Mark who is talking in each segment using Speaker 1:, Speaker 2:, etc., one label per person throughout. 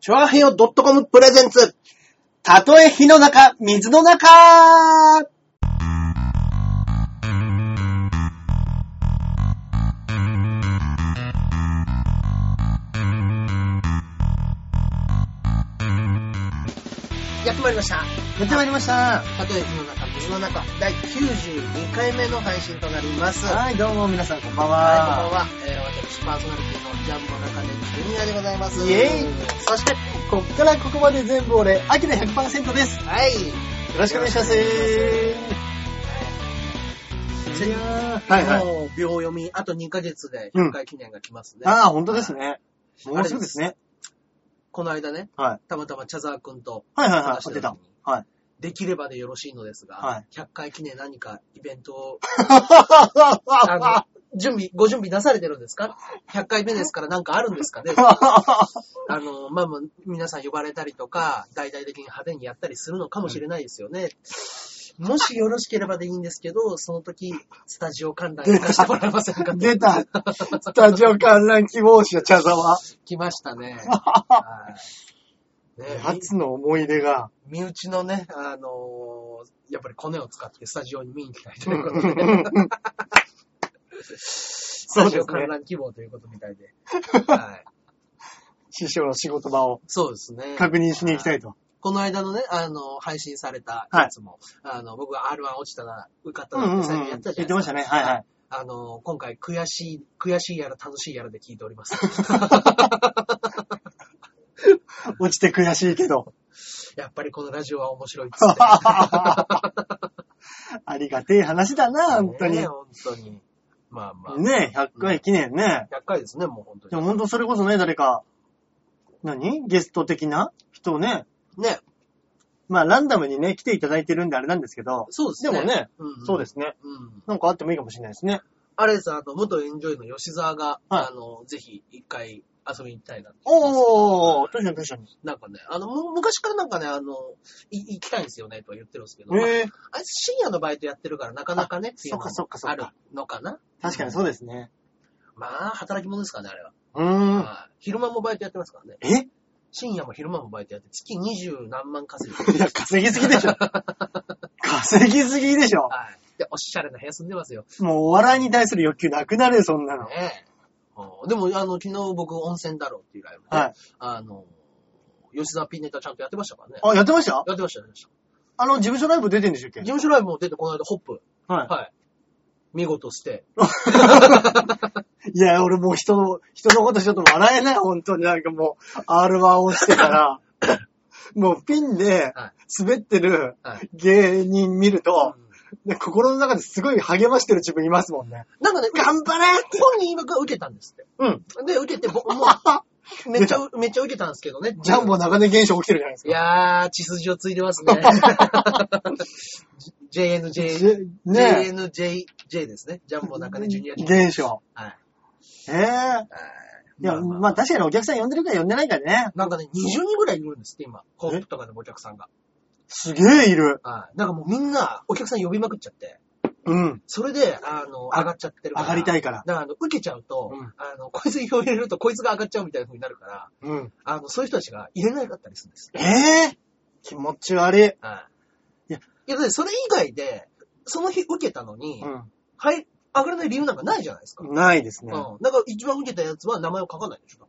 Speaker 1: チョアヘヨ .com プレゼンツ。たとえ火の中、水の中やってまいりました。
Speaker 2: やってまいりました。
Speaker 1: たとえ火の中、水の中、第92回目の配信となります。
Speaker 2: はい、どうも皆さんこんばん
Speaker 1: はい、こんば
Speaker 2: は。
Speaker 1: んは。えー、私、パーソナリティのジャンボ中根ジュニアでございます。
Speaker 2: イェイ
Speaker 1: そして、
Speaker 2: こっからここまで全部俺、アキラ100%です。よ
Speaker 1: はい。よ
Speaker 2: ろしくお願いします。いやーはいはい。
Speaker 1: もう、秒読み、あと2ヶ月で
Speaker 2: うん
Speaker 1: 100回記念が来ますね。
Speaker 2: ああ、本当ですね。もうすぐですね。
Speaker 1: この間ね、
Speaker 2: はい。
Speaker 1: たまたま茶沢くんと
Speaker 2: はいはいは
Speaker 1: 話し
Speaker 2: い。
Speaker 1: て
Speaker 2: 出
Speaker 1: た
Speaker 2: た
Speaker 1: 時。に、
Speaker 2: はい。
Speaker 1: できればでよろしいのですが、
Speaker 2: はい
Speaker 1: 100回記念何かイベントを、あ
Speaker 2: あ
Speaker 1: の、準備、ご準備なされてるんですか ?100 回目ですから何かあるんです かねあの、まあ、まあ皆さん呼ばれたりとか、大々的に派手にやったりするのかもしれないですよね。もしよろしければでいいんですけど、その時、スタジオ観覧行かせてもらえませんか
Speaker 2: の出た。スタジオ観覧希望者、茶沢。
Speaker 1: 来ました ね。はいね
Speaker 2: 初の思い出が。
Speaker 1: み身内のね、あのーやっぱりコネを使ってスタジオに見に行きたいと
Speaker 2: う
Speaker 1: いうんこと
Speaker 2: う
Speaker 1: で、
Speaker 2: んうんうん
Speaker 1: ス
Speaker 2: そう
Speaker 1: タ
Speaker 2: ですね
Speaker 1: ジオ観覧希望ということみたいで。はい、
Speaker 2: 師匠の仕事場を
Speaker 1: そうですね。
Speaker 2: 確認しに行きたいと。
Speaker 1: この間のね、あの、配信された
Speaker 2: はい
Speaker 1: やつも、あの、僕が R1 落ちたな、受かった
Speaker 2: うんうんう
Speaker 1: なって
Speaker 2: ん。
Speaker 1: 最近やったじ
Speaker 2: 言って
Speaker 1: ゃないですか。
Speaker 2: ましたね。はいはい。
Speaker 1: あの、今回悔しい、悔しいやら楽しいやらで聞いてお ります。
Speaker 2: 落ちて悔しいけ ど。
Speaker 1: やっぱりこのラジオは面白いっつって。
Speaker 2: ありがてえ話だな、 本当に。
Speaker 1: ねえ
Speaker 2: ね
Speaker 1: 本当に。まあまあ。
Speaker 2: え、100回記念ね。
Speaker 1: 100回ですね、もう本
Speaker 2: で
Speaker 1: 当
Speaker 2: も
Speaker 1: に。
Speaker 2: 本当それこそね、誰か、何ゲスト的な人をね、
Speaker 1: ね、
Speaker 2: まあランダムにね、来ていただいてるんであれなんですけど、
Speaker 1: そうですね。
Speaker 2: でもね、
Speaker 1: うん、。
Speaker 2: そうですすね。
Speaker 1: うん。
Speaker 2: なんかあってもいいかもしれないですね。
Speaker 1: あれです、あの、元エンジョイの吉沢が、
Speaker 2: はい
Speaker 1: あの、ぜひ一回遊びに行きたいなって言ってます
Speaker 2: おー、確かに確かに。
Speaker 1: なんかね、あの、もう昔からなんかね、あの、い行きたいんですよね、とは言ってるんですけど、まあ
Speaker 2: えー、
Speaker 1: あいつ深夜のバイトやってるから、なかなかね、っていうのも
Speaker 2: そっかそっかそっか
Speaker 1: あるのかな。
Speaker 2: 確かにそうですね。
Speaker 1: まあ、働き者ですからね、あれは。
Speaker 2: うーん。
Speaker 1: はい昼間もバイトやってますからね。
Speaker 2: え
Speaker 1: 深夜も昼間もバイトやって、月二十何万稼いで
Speaker 2: い
Speaker 1: る。
Speaker 2: や、稼ぎすぎでし ょ。稼ぎすぎでしょ。
Speaker 1: はい。で、おしゃれな部屋住んでますよ。
Speaker 2: もうお笑いに対する欲求なくなるそんなの。
Speaker 1: ねえ。うんでも、あの、昨日僕、温泉だろうっていうライブで、
Speaker 2: はい。
Speaker 1: あの、吉沢ピンネタちゃんとやってましたからね。
Speaker 2: あ、やってました
Speaker 1: やってました、やってました。
Speaker 2: あの、事務所ライブ出てんでしたっけ
Speaker 1: 事務所ライブも出て、この間、ホップ。
Speaker 2: は
Speaker 1: はい。見 事して。
Speaker 2: いや、俺もう人の、人のことちょっと笑えない、本当に。なんかもう、R1 をして から、もうピンで
Speaker 1: は
Speaker 2: 滑ってる
Speaker 1: はい
Speaker 2: 芸人見ると、
Speaker 1: うん
Speaker 2: ね心の中ですごい励ましてる自分いますもんね。
Speaker 1: なんかね、
Speaker 2: 頑張れって
Speaker 1: 本人が受けたんですって。
Speaker 2: うん。
Speaker 1: で、受けて、僕も、 めっちゃ、めっちゃ受けたんですけどね。
Speaker 2: ジャンボ長年現象起きてるじゃないです
Speaker 1: い
Speaker 2: か。
Speaker 1: やー、血筋をついてます ね。JNJ、
Speaker 2: じね
Speaker 1: JNJJ ですね。ジャンボ中根ジュニア。
Speaker 2: え、現象。
Speaker 1: はい。
Speaker 2: ええいや、まあ確かにお客さん呼んでるか呼んでないかね。
Speaker 1: なんかね、20人ぐらいいるんですって、今。ホープとかでもお客さんが。
Speaker 2: すげえいる。
Speaker 1: はい。なんかもうみんな、お客さん呼びまくっちゃって。
Speaker 2: うん。
Speaker 1: それで、あの、上がっちゃってるか
Speaker 2: 上
Speaker 1: ら。
Speaker 2: がりた
Speaker 1: い。
Speaker 2: いから。
Speaker 1: だから、あの、受けちゃうと、
Speaker 2: うん
Speaker 1: あの、こいつに呼べると、こいつが上がっちゃうみたいな風になるから、
Speaker 2: うん。
Speaker 1: あの、そういう人たちが入れなかったりするんです。
Speaker 2: ええ気持ち悪い。
Speaker 1: は
Speaker 2: い
Speaker 1: い。いや
Speaker 2: や、
Speaker 1: だってそれ以外で、その日受けたのに、
Speaker 2: う
Speaker 1: はい、上がらない理由なんかないじゃないですか。
Speaker 2: ん。ないです
Speaker 1: う
Speaker 2: ね。
Speaker 1: ん。だから一番受けたやつは名前を書かないでしょ。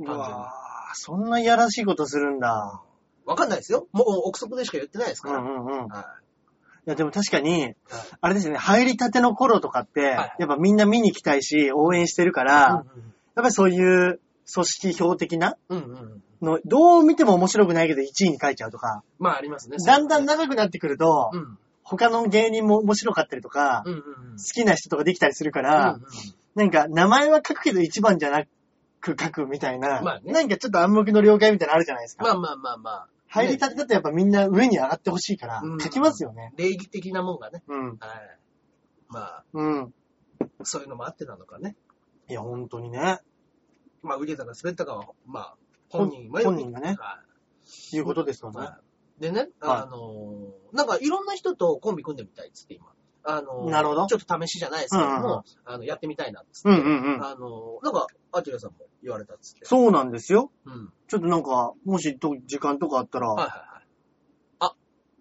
Speaker 2: う
Speaker 1: 単純に
Speaker 2: わーそんないやらしいことするんだ。
Speaker 1: わかんないですよ。もう憶測でしか言ってないです
Speaker 2: う
Speaker 1: から。
Speaker 2: んうんうん。い
Speaker 1: はい。
Speaker 2: や、でも確かに、あれですよね、入りたての頃とかって、
Speaker 1: はい
Speaker 2: やっぱみんな見に来たいし、応援してるから、やっ
Speaker 1: う
Speaker 2: ぱりそういう組織票的なん
Speaker 1: うんうんうんうん。
Speaker 2: の、どう見ても面白くないけど1位に書いちゃうとか、
Speaker 1: まあありますね。
Speaker 2: だんだん
Speaker 1: な、
Speaker 2: 長くなってくると、
Speaker 1: うん。うん
Speaker 2: 他の芸人も面白かったりとか、
Speaker 1: うんうん。うん
Speaker 2: 好きな人とかできたりするから、
Speaker 1: う
Speaker 2: なんか名前は書くけど一番じゃなく書くみたいな、
Speaker 1: まあね
Speaker 2: なんかちょっと暗黙の了解みたいなのあるじゃないですか。
Speaker 1: んまあまあまあまあ。
Speaker 2: 入りたてだとやっぱみんな上に上がってほしいから
Speaker 1: うん、
Speaker 2: 書きますよね。
Speaker 1: 礼儀的なもんがね。
Speaker 2: うん。
Speaker 1: はい。まあ、
Speaker 2: うん。
Speaker 1: そういうのもあってなのかね。
Speaker 2: いや、本当にね。
Speaker 1: まあ受けたか滑ったかは、まあ、本人は
Speaker 2: 本人がね
Speaker 1: はい。
Speaker 2: いうことですよね。
Speaker 1: はいでね、あのーなんかいろんな人とコンビ組んでみたいっつって今、あの、
Speaker 2: なるほど
Speaker 1: ちょっと試しじゃないですけども、
Speaker 2: うんうんうん
Speaker 1: あの、やってみたいなっつって、
Speaker 2: うんうんうん。
Speaker 1: あの、なんか、アキラさんも言われたっつって。
Speaker 2: そうなんですよ。
Speaker 1: うん。
Speaker 2: ちょっとなんか、もしと時間とかあったら、
Speaker 1: はいはいはい。あ、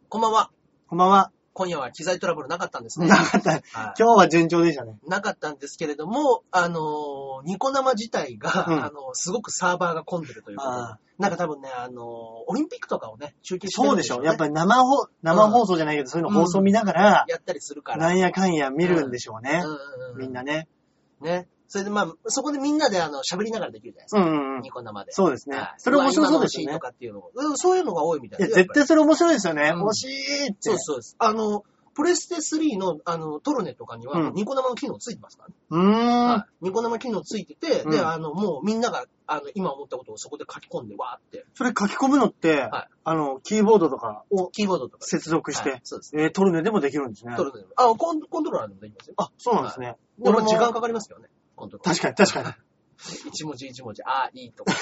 Speaker 1: こんばんは。
Speaker 2: こんばんは。
Speaker 1: 今夜は機材トラブルなかったんですね。
Speaker 2: なかった。
Speaker 1: はい
Speaker 2: 今日は順調でしたね。
Speaker 1: なかったんですけれども、あの、ニコ生自体が、
Speaker 2: うん
Speaker 1: あの、すごくサーバーが混んでるということで
Speaker 2: あ
Speaker 1: なんか多分ね、あの、オリンピックとかをね、中継して
Speaker 2: そ
Speaker 1: る
Speaker 2: うんで
Speaker 1: で
Speaker 2: し
Speaker 1: しょ
Speaker 2: ょ。
Speaker 1: う、ね。
Speaker 2: やっぱり生放生放送じゃないけど、そういうの放送見ながら、
Speaker 1: やったりするから。
Speaker 2: なんやかんや見るんでしょうね。
Speaker 1: うんうんうん
Speaker 2: みんなね。
Speaker 1: ね。それでまあ、そこでみんなであの、喋りながらできるじゃないです
Speaker 2: う
Speaker 1: か。
Speaker 2: んうんうん
Speaker 1: ニ。コ生で。
Speaker 2: そうですね
Speaker 1: はい。
Speaker 2: それ面白そうですよ
Speaker 1: 今のシーン
Speaker 2: ね
Speaker 1: と。かっていうのをうんそういうのが多いみたい
Speaker 2: い
Speaker 1: な。
Speaker 2: や、絶
Speaker 1: やっぱり
Speaker 2: 対それ面白いですよね。
Speaker 1: うん
Speaker 2: 欲しいって。
Speaker 1: そうです、そうです。あの、プレステ3の、あの、トロネとかには、
Speaker 2: うん
Speaker 1: ニコ生の機能ついてますからね。
Speaker 2: うーん
Speaker 1: は。いニコ生機能ついてて、で、
Speaker 2: うん
Speaker 1: あの、もうみんなが、あの、今思ったことをそこで書き込んで、わーって、
Speaker 2: それ書き込むのって
Speaker 1: はい、
Speaker 2: あの、キーボードとかを
Speaker 1: キーボードとか
Speaker 2: 接続し
Speaker 1: は
Speaker 2: て
Speaker 1: い、そうです。
Speaker 2: えー、撮るねでもできるんですね。
Speaker 1: トロネ。あ、コンコントローラーでもできますよ。あ、
Speaker 2: そうなんですね。
Speaker 1: でも
Speaker 2: 俺も
Speaker 1: 時間かかりますけどね。コントローラー。
Speaker 2: 確かに、確かに。
Speaker 1: 一文字一文字、あー、いいとか。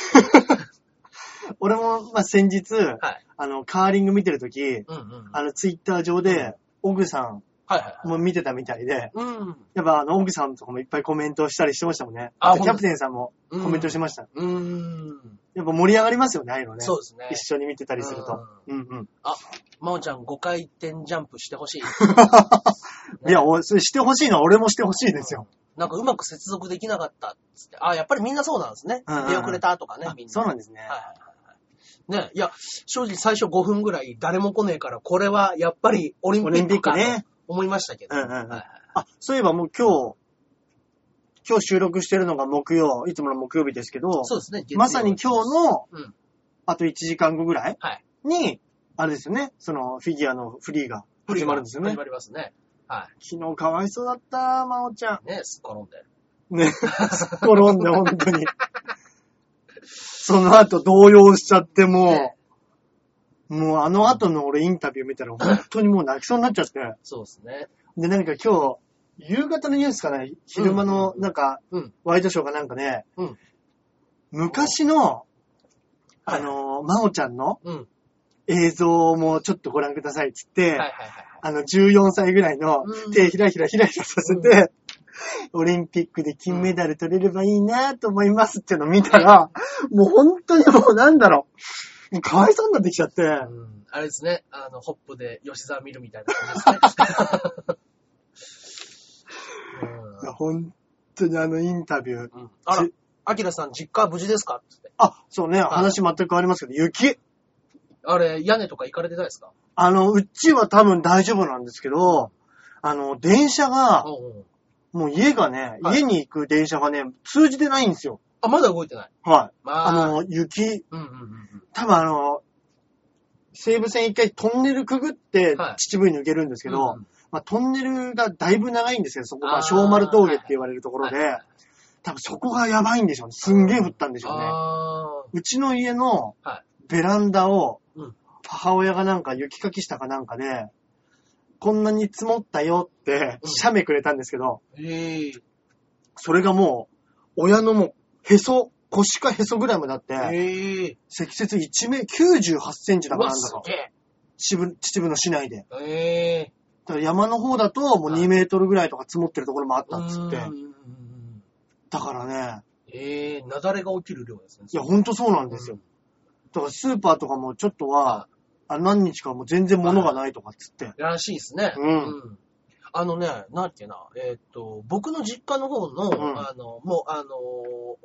Speaker 2: 俺も、まあ、先日、
Speaker 1: はい。
Speaker 2: あの、カーリング見てるとき、
Speaker 1: うんうんうん。はい
Speaker 2: あの、ツイッター上で、オグさん
Speaker 1: はいはい。
Speaker 2: も見てたみたいで、
Speaker 1: うん。
Speaker 2: やっぱあの、オグさんとかもいっぱいコメントしたりしてましたもんね。あ
Speaker 1: あ
Speaker 2: と
Speaker 1: ほん
Speaker 2: キ
Speaker 1: と
Speaker 2: ャプテンさんもコメントしてました。
Speaker 1: うーん。
Speaker 2: やっぱ盛り上がりますよね、ああいうのね。
Speaker 1: そうですね。
Speaker 2: 一緒に見てたりすると。うんうん。
Speaker 1: まおちゃん5回転ジャンプしてほし い。
Speaker 2: いや、おそれしてほしいのは俺もしてほしいですよ。
Speaker 1: なんかうまく接続できなかったっつって。あ、やっぱりみんなそうなんですね。
Speaker 2: うんうん
Speaker 1: 出遅れたとかね
Speaker 2: あ、
Speaker 1: みんな。
Speaker 2: そうなんんですね。
Speaker 1: はいはいはい。ね、いや、正直最初5分ぐらい誰も来ねえから、これはやっぱりオリン
Speaker 2: オ
Speaker 1: ピ
Speaker 2: リンピ
Speaker 1: ッ
Speaker 2: ッ
Speaker 1: クか
Speaker 2: ク
Speaker 1: と
Speaker 2: ね。
Speaker 1: 思いましたけど。
Speaker 2: うんうんうん
Speaker 1: はいはい
Speaker 2: あ、そういえばもう今日、今日収録してるのが木曜、いつもの木曜日ですけど、
Speaker 1: そうですね。月曜
Speaker 2: まさに今日の、
Speaker 1: うん
Speaker 2: あと1時間後ぐらい
Speaker 1: はい
Speaker 2: に、あれですよね、そのフィギュアのフリーが始まるんですよね
Speaker 1: 始。まりますね。は
Speaker 2: 昨日かわいそうだった、まおちゃ
Speaker 1: い。ね、すっ転んで。
Speaker 2: ん。ね、 転んで、本当に。その後動揺しちゃって、も
Speaker 1: ね
Speaker 2: う、もうあの後の俺インタビュー見たら本当にもう泣きそうになっちゃって。
Speaker 1: そうですね。
Speaker 2: で、なんか今日、夕方のニュースかな昼間の、なんか、
Speaker 1: うん
Speaker 2: ワイドショーかなんかね、
Speaker 1: うん
Speaker 2: 昔の、
Speaker 1: は
Speaker 2: あ
Speaker 1: い
Speaker 2: の、まおちゃんの
Speaker 1: うん。
Speaker 2: 映像もちょっとご覧くださいっつって、
Speaker 1: はいはいはいはい。
Speaker 2: あの、14歳ぐらいの
Speaker 1: うん
Speaker 2: 手ひらひらひらひらさせて、オリンピックで金メダル取れればいいなと思いますっていうのを見たら、もう本当にもうなんだろう。もうかわいそうになってきちゃって。
Speaker 1: うんあれですね。あの、ホップで吉沢見るみたいな感じですね。
Speaker 2: い や本当にあのインタビュー。
Speaker 1: うんうんあら、アキラさん、実家は無事ですかって。
Speaker 2: あ、そうね、話全く変わりますけど、雪。
Speaker 1: あれ、屋根とか行かれてないですか
Speaker 2: あの、うちは多分大丈夫なんですけど、あの、電車が、
Speaker 1: うんうん
Speaker 2: もう家がね、
Speaker 1: はい
Speaker 2: 家に行く電車がね、通じてないんですよ。
Speaker 1: あ、まだ動いてない。
Speaker 2: はい。
Speaker 1: ま
Speaker 2: あ
Speaker 1: あ、
Speaker 2: の、雪、
Speaker 1: うんうんうん
Speaker 2: 多分あの、西武線一回トンネルくぐって
Speaker 1: はい、
Speaker 2: 秩父に抜けるんですけど、
Speaker 1: うん
Speaker 2: まあ、トンネルがだいぶ長いんですよ、そこ
Speaker 1: あ
Speaker 2: が。
Speaker 1: ー
Speaker 2: 小丸峠って言われるところで、
Speaker 1: はいはい
Speaker 2: 多分そこがやばいんでしょうね。すんげえ降ったんでしょうね。
Speaker 1: あ
Speaker 2: うちの家の
Speaker 1: は
Speaker 2: ベランダを
Speaker 1: うん
Speaker 2: 母親がなんか雪かきしたかなんかで、こんなに積もったよって
Speaker 1: うん
Speaker 2: 写メくれたんですけど、
Speaker 1: ーええ
Speaker 2: それがもう親のもうへそ、腰かへそぐらいまであって、
Speaker 1: ええ
Speaker 2: 積雪1メ98センチだ
Speaker 1: う
Speaker 2: から
Speaker 1: わ、
Speaker 2: なんだ
Speaker 1: す
Speaker 2: ろう。
Speaker 1: げえ。
Speaker 2: 秩父秩父の市内で。
Speaker 1: ええ
Speaker 2: だから山の方だともう
Speaker 1: はい
Speaker 2: 2メートルぐらいとか積もってるところもあったんですって。
Speaker 1: うんうんうんうん
Speaker 2: だからね、
Speaker 1: ええ雪崩が起きる量ですね。
Speaker 2: いやほんとそうなんですよ。だからスーパーとかもちょっとは、あ何日かもう全然物がないとかっつって。
Speaker 1: らしいですね。
Speaker 2: うん
Speaker 1: あのね、なんだっけな、えーっと、僕の実家の方の、
Speaker 2: ん
Speaker 1: あの、もう、あの、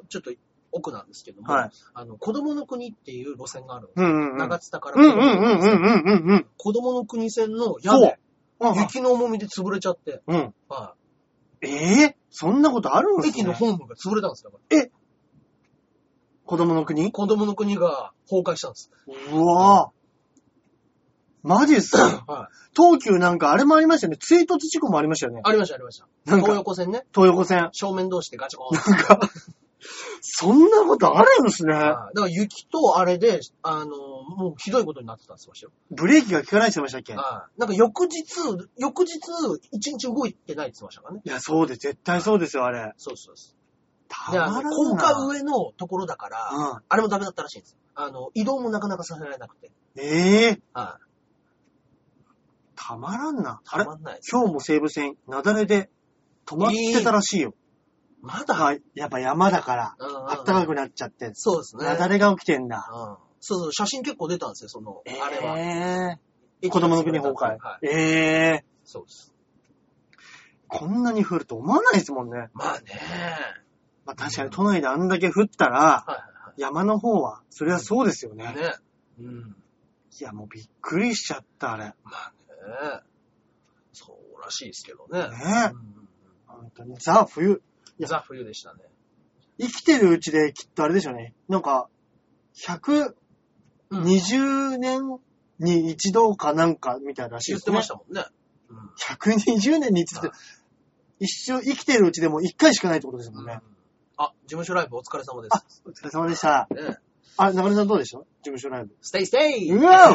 Speaker 1: ちょっと奥なんですけども、
Speaker 2: はい。
Speaker 1: あの、子供の国っていう路線がある
Speaker 2: う
Speaker 1: の。
Speaker 2: んうんうん。
Speaker 1: 長津田から
Speaker 2: うん
Speaker 1: 子
Speaker 2: う
Speaker 1: 供
Speaker 2: んう
Speaker 1: の
Speaker 2: ん
Speaker 1: 国
Speaker 2: う
Speaker 1: 線
Speaker 2: んうんうん。
Speaker 1: 子供の国線の屋根、雪の重みで潰れちゃって、
Speaker 2: うん。うん。
Speaker 1: は
Speaker 2: ええそんなことあるん
Speaker 1: い
Speaker 2: です、ね、
Speaker 1: 駅のホームが潰れたんですよ。だから
Speaker 2: 子供の国
Speaker 1: 子供の国が崩壊したん です。
Speaker 2: うわぁ。マジっすか
Speaker 1: はい。
Speaker 2: 東急なんかあれもありましたよね。追突事故もありましたよね。
Speaker 1: ありました、ありました。
Speaker 2: なん
Speaker 1: 東
Speaker 2: か、
Speaker 1: 横線ね、
Speaker 2: 東横線。
Speaker 1: 正面同士でガチャコン。
Speaker 2: なんか、そんなことあるんですね。
Speaker 1: はいだから雪とあれで、あの、もうひどいことになってたんですよ。
Speaker 2: ブレーキが効かないって言ってましたっけい
Speaker 1: はい。なんか翌日、翌日、一日動いてないって言ってましたからね。
Speaker 2: や、そうで、絶対そうですよ、あれ。
Speaker 1: そうそうです。
Speaker 2: た
Speaker 1: で、
Speaker 2: ま
Speaker 1: あ
Speaker 2: ら
Speaker 1: の、
Speaker 2: んな。
Speaker 1: 高架上のところだから、
Speaker 2: うん。
Speaker 1: あれもダメだったらしいんです。あの、移動もなかなかさせられなくて。
Speaker 2: ええ
Speaker 1: は
Speaker 2: たまらんな。あ
Speaker 1: た
Speaker 2: れ
Speaker 1: まんないです。
Speaker 2: 今日も西武線、雪崩で止まってたらしいよ。
Speaker 1: まだ、
Speaker 2: まあやっぱ山だから、
Speaker 1: うんうんうん
Speaker 2: あったかくなっちゃって、
Speaker 1: そうですね。
Speaker 2: 雪崩が起きてんだ。
Speaker 1: うんそうそう、写真結構出たんですよ、その、あれは。
Speaker 2: えー、子供の国崩壊。
Speaker 1: はい。
Speaker 2: ええ
Speaker 1: そうです。
Speaker 2: こんなに降ると思わないですもんね。
Speaker 1: まあね。
Speaker 2: まあ確かに都内であんだけ降ったら、
Speaker 1: は
Speaker 2: 山の方は、そりゃそうですよ
Speaker 1: いは
Speaker 2: ね
Speaker 1: い。。ね。うん。
Speaker 2: いや、もうびっくりしちゃった、あれ。
Speaker 1: まあね。そうらしいですけどね。
Speaker 2: ね
Speaker 1: うんうん
Speaker 2: 本当に。ザ・冬。い
Speaker 1: うん
Speaker 2: や
Speaker 1: ザ・冬でしたね。
Speaker 2: 生きてるうちできっとあれでしょうね。なんか、
Speaker 1: うん
Speaker 2: 120年に一度かなんかみたいらしい
Speaker 1: 言
Speaker 2: で
Speaker 1: っ
Speaker 2: す
Speaker 1: て
Speaker 2: ね
Speaker 1: まし。たもんね。うん
Speaker 2: 120年に一度って、一生生きてるうちでも一回しかないってことですもん
Speaker 1: うん
Speaker 2: ね。
Speaker 1: あ、事務所ライブお疲れ様です。
Speaker 2: お疲れ様でした。
Speaker 1: ね
Speaker 2: あ、中根さんどうでした事務所ライブ。
Speaker 1: ステイステイ
Speaker 2: うわ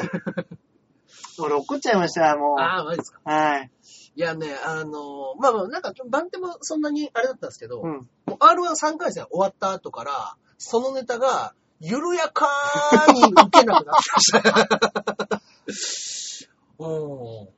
Speaker 2: お俺怒っちゃいました、もう。
Speaker 1: ああ、マジですか。
Speaker 2: はい。
Speaker 1: いやね、あのーまあまあ、なんか、番手もそんなにあれだったんですけど、
Speaker 2: う
Speaker 1: も
Speaker 2: ん。
Speaker 1: う R13 回戦終わった後から、そのネタが、緩やかに受けなくなってきました。 おー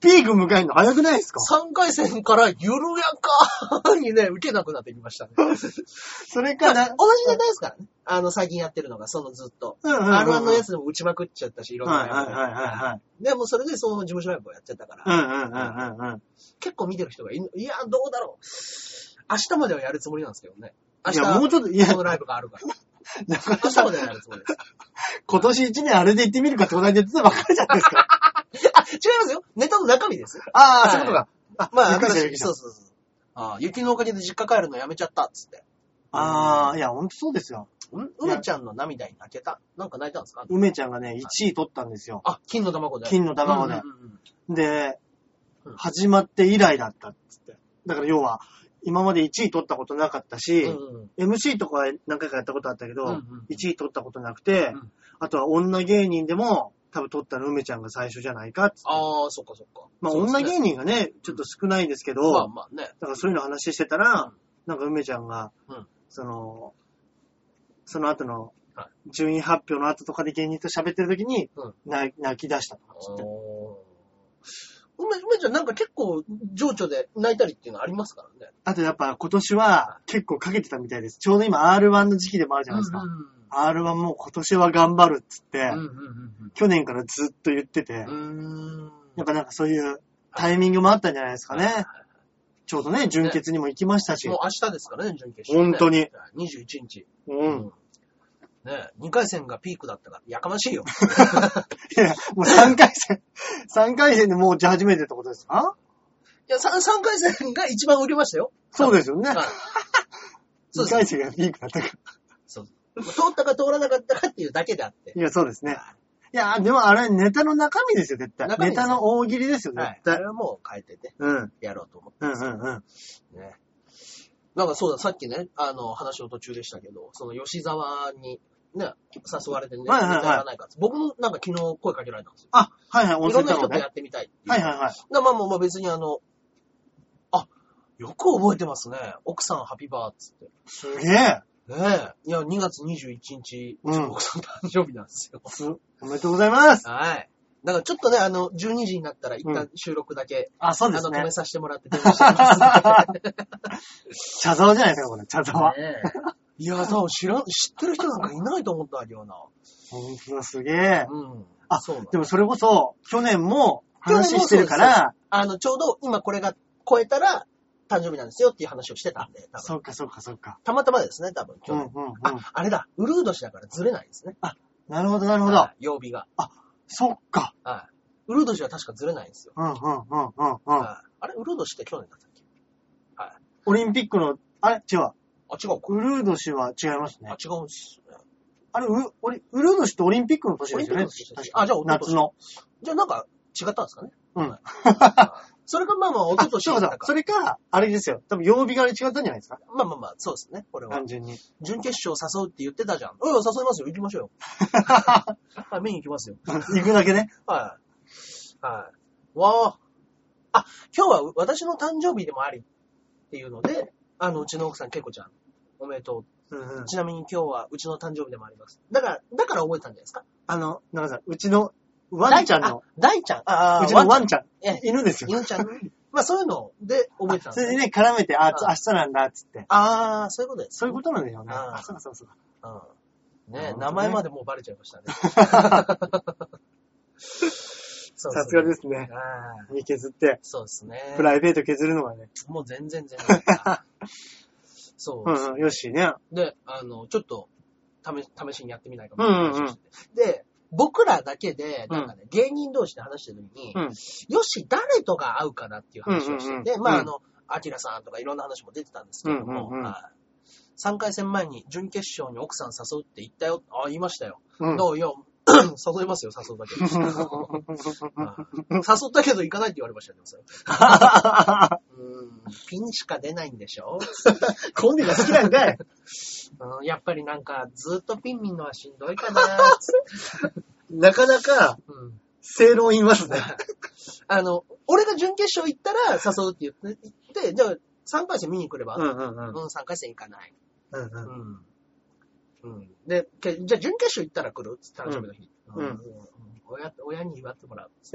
Speaker 2: ピーク迎えるの早くないですか
Speaker 1: 3回戦から緩やかにね、受けなくなってきましたね。
Speaker 2: それ
Speaker 1: 同
Speaker 2: か
Speaker 1: じ
Speaker 2: ら、
Speaker 1: ネタですからね。あの、最近やってるのが、そのずっと。
Speaker 2: うんうんうん
Speaker 1: R1 のやつでも打ちまくっちゃったし、いろんな
Speaker 2: はい
Speaker 1: や
Speaker 2: はい
Speaker 1: つで
Speaker 2: はいはいはい。
Speaker 1: でもそれでその事務所ライブをやってたから、
Speaker 2: うんうんうんうんうん。
Speaker 1: 結構見てる人がいる、いや、どうだろう。明日まではやるつもりなんですけどね。明
Speaker 2: いや、もう
Speaker 1: 日、
Speaker 2: ちょっと、いや
Speaker 1: こ、のライブがあるから。
Speaker 2: 中
Speaker 1: 明
Speaker 2: 根
Speaker 1: 日
Speaker 2: さん
Speaker 1: まで、はやるつもりです。
Speaker 2: 今年一年あれで行ってみるかって同じで言ってたばっかりじゃないですか。
Speaker 1: あ、違いますよ。ネタの中身ですよ。
Speaker 2: あ
Speaker 1: はい
Speaker 2: あ、そういうことか。あ、
Speaker 1: まあ、
Speaker 2: ゆっくりしたゆっく
Speaker 1: 私
Speaker 2: りした
Speaker 1: そうそうそう。あ雪のおかげで実家帰るのやめちゃったっつって。
Speaker 2: ああ、いや、ほんとそうですよ。
Speaker 1: ん梅ちゃんの涙に泣けたなんか泣いたんですか
Speaker 2: 梅ちゃんがね、1位取ったんですよ。
Speaker 1: あ、金の卵で。
Speaker 2: 金の卵で
Speaker 1: うんうんうん
Speaker 2: で
Speaker 1: うん、
Speaker 2: 始まって以来だったっつって。だから要は、今まで1位取ったことなかったし、
Speaker 1: うんうん。
Speaker 2: MC とかは何回かやったことあったけど、
Speaker 1: うんうん
Speaker 2: 1位取ったことなくて、
Speaker 1: うん
Speaker 2: あとは女芸人でも、多分取ったの梅ちゃんが最初じゃないかっつって。
Speaker 1: ああ、そっかそっか。
Speaker 2: まあ、
Speaker 1: そうです
Speaker 2: 女
Speaker 1: ね
Speaker 2: 芸人がね、ちょっと少ないですけど、
Speaker 1: まあまあね。
Speaker 2: だからそういうの話してたら、なんか梅ちゃんが、
Speaker 1: うん
Speaker 2: その、その後の
Speaker 1: は、
Speaker 2: 順位発表の後とかで芸人と喋ってる時に、
Speaker 1: うん
Speaker 2: 泣泣き出したとかつって。
Speaker 1: おー梅梅ちゃんなんか結構情緒で泣いたりっていうのありますからね。
Speaker 2: あとやっぱ今年は結構かけてたみたいです。ちょうど今 R1 の時期でもあるじゃないですか。
Speaker 1: うん
Speaker 2: R1 もう今年は頑張るっつって、
Speaker 1: うんうん
Speaker 2: 去年からずっと言ってて、
Speaker 1: うんうん。うー
Speaker 2: や
Speaker 1: ん
Speaker 2: っぱなんかそういうタイミングもあったんじゃないですかね。
Speaker 1: はい
Speaker 2: ちょうどね、準決にも行きましたし。
Speaker 1: もう明日ですからね、準決勝、
Speaker 2: 本
Speaker 1: ね。
Speaker 2: 当に。
Speaker 1: 21日。
Speaker 2: う。
Speaker 1: うんんね2回戦がピークだったから、やかましいよ。
Speaker 2: いや、もう3回戦、3回戦でもうじゃあ初めてってことですか
Speaker 1: いや3、三回戦が一番売れましたよ。
Speaker 2: そうですよね。
Speaker 1: はいそう
Speaker 2: 2
Speaker 1: ですね
Speaker 2: 回戦がピークだったから。
Speaker 1: そう通ったか通らなかったかっていうだけであって。
Speaker 2: いや、そうですね。いや、でもあれ、ネタの中身ですよ、絶対。
Speaker 1: 中身
Speaker 2: ネ
Speaker 1: です
Speaker 2: タの大喜利ですよ、絶
Speaker 1: はい。そ
Speaker 2: 対。
Speaker 1: れはもう変えてね、
Speaker 2: うん。
Speaker 1: やろうと思って
Speaker 2: うん
Speaker 1: ます
Speaker 2: う
Speaker 1: けど。
Speaker 2: んうん。
Speaker 1: ね。なんかそうだ、さっきね、あの、話の途中でしたけど、その吉沢にね、誘われてね、
Speaker 2: はいはいはい
Speaker 1: ネタやらないかって僕もなんか昨日声かけられたんですよ。
Speaker 2: あ、はいはい、温
Speaker 1: いろ
Speaker 2: 泉
Speaker 1: んな
Speaker 2: 太郎
Speaker 1: 人と
Speaker 2: ね
Speaker 1: や。ってみたいっていう。
Speaker 2: はいはいはい。
Speaker 1: なまあもうまあ別にあの、あ、よく覚えてますね。奥さんハピバーっつって。
Speaker 2: すげえ。
Speaker 1: ねえ。いや、2月21日、うちの奥さん誕生日なんですよ。
Speaker 2: すおめでとうございます。
Speaker 1: はい。だからちょっとね、あの、12時になったら一
Speaker 2: う
Speaker 1: 旦収録だけ、
Speaker 2: あ、そうで
Speaker 1: あ
Speaker 2: す
Speaker 1: の、
Speaker 2: ね
Speaker 1: 止め。させてもらって電話してます。
Speaker 2: 茶沢じゃないですか、これ。茶沢。
Speaker 1: ねえいや、多分知らん、知ってる人なんかいないと思ったよな。
Speaker 2: ほんとだ、すげえ。
Speaker 1: うん。
Speaker 2: あ
Speaker 1: そうなの
Speaker 2: でもそれこそ、去年も
Speaker 1: 去年もそう
Speaker 2: 話してるから、
Speaker 1: あの、ちょうど今これが超えたら誕生日なんですよっていう話をしてたんで、多分
Speaker 2: そっかそっかそっか。
Speaker 1: たまたまですね、多分
Speaker 2: う
Speaker 1: 去
Speaker 2: んうん
Speaker 1: 年。
Speaker 2: うん。
Speaker 1: あ、あれだ、ウルー年だからずれないですね。
Speaker 2: なるほど、なるほど
Speaker 1: は。い曜日が。
Speaker 2: そっか。
Speaker 1: はい。ウルー年は確かずれないんですよ。
Speaker 2: うんうんうんうんうん。
Speaker 1: はいあれ、ウルー年って去年だったっけ
Speaker 2: オリンピックの、あれ違う。
Speaker 1: あ、違うか。
Speaker 2: ウルード氏は違いますね
Speaker 1: あ、。違うんですね。
Speaker 2: あれ、う、俺、ウルード氏ってオリンピックの年
Speaker 1: オ
Speaker 2: で
Speaker 1: リン
Speaker 2: す
Speaker 1: ピ
Speaker 2: よ
Speaker 1: ッ
Speaker 2: ね
Speaker 1: クの。
Speaker 2: 確
Speaker 1: 年
Speaker 2: か
Speaker 1: あ、じゃあ、
Speaker 2: 夏。の。
Speaker 1: じゃあ、なんか違ったんですかね。
Speaker 2: うん
Speaker 1: はい。はいそれがまあまあ、おととし
Speaker 2: そう
Speaker 1: だ
Speaker 2: だ
Speaker 1: っ。た
Speaker 2: そ
Speaker 1: か。
Speaker 2: れか、あれですよ。多分曜日があれ違ったんじゃないですか。
Speaker 1: まあまあまあ、そうですね、これは
Speaker 2: 単。純に。
Speaker 1: 準決勝誘うって言ってたじゃん。うん、誘いますよ。行きましょうよ。あ見に行きますよ。
Speaker 2: 行くだけね。
Speaker 1: はい。はい。わあ。あ、今日は私の誕生日でもありっていうので、あの、うちの奥さん、けいこちゃん、おめでと
Speaker 2: うんう
Speaker 1: う。
Speaker 2: ん。
Speaker 1: ちなみに今日はうちの誕生日でもあります。だから、だから覚えたんじゃないですか
Speaker 2: あの、なんかさん、うちのワンちゃん
Speaker 1: あ
Speaker 2: の、
Speaker 1: 大ちゃん。ああ、
Speaker 2: うちのワ
Speaker 1: ン
Speaker 2: ンちゃん
Speaker 1: ちゃん。え、
Speaker 2: 犬ですよ。
Speaker 1: 犬ちゃん。まあそういうので覚えてたん
Speaker 2: そ
Speaker 1: です
Speaker 2: れ
Speaker 1: ね
Speaker 2: でね、絡めて、あ、つ
Speaker 1: うん
Speaker 2: 明日なんだ、つって。
Speaker 1: ああ、そういうことです。
Speaker 2: そういうことなんでしょうね。
Speaker 1: うん
Speaker 2: あ、そうだそうだそうだ。
Speaker 1: う
Speaker 2: な
Speaker 1: ん
Speaker 2: る
Speaker 1: ね
Speaker 2: ほどね
Speaker 1: 名前までもうバレちゃい ましたね。そう
Speaker 2: さすがですね。
Speaker 1: ああ
Speaker 2: 身削って、
Speaker 1: そうですね。
Speaker 2: プライベート削るのがね。
Speaker 1: もう全 然全然。そううです
Speaker 2: んうん、よしね。
Speaker 1: で、あの、ちょっと、試し、試しにやってみないかも
Speaker 2: うんうんうん
Speaker 1: 話をしててで、僕らだけで、なんかね、芸人同士で話してる時に、
Speaker 2: うん。
Speaker 1: よし、誰とが会うかなっていう話をしてて、
Speaker 2: うんうんうん
Speaker 1: まあ、
Speaker 2: うん
Speaker 1: あの、アキラさんとかいろんな話も出てたんですけれども、
Speaker 2: うんうんうん
Speaker 1: 3回戦前に準決勝に奥さん誘うって言ったよ。ああ、言いましたよ。
Speaker 2: うん。
Speaker 1: どうよ。 誘いますよ、誘うだけ。うん誘ったけど行かないって言われました ね。それうんピンしか出ないんでしょ
Speaker 2: コンビが好きなんか い。
Speaker 1: うんやっぱりなんか、ずっとピン見んのはしんどい かなーつって
Speaker 2: なかなか、
Speaker 1: うん
Speaker 2: 正論言いますね。
Speaker 1: あの、俺が準決勝行ったら誘うって言って、言ってじゃあ3回戦見に来れば、
Speaker 2: うんうんうん。
Speaker 1: うん、3回戦行かない。
Speaker 2: うんう
Speaker 1: うんん。うん。で、けじゃあ準決勝行ったら来るつって誕生日の日。
Speaker 2: うんうん
Speaker 1: 親、親に祝ってもらう。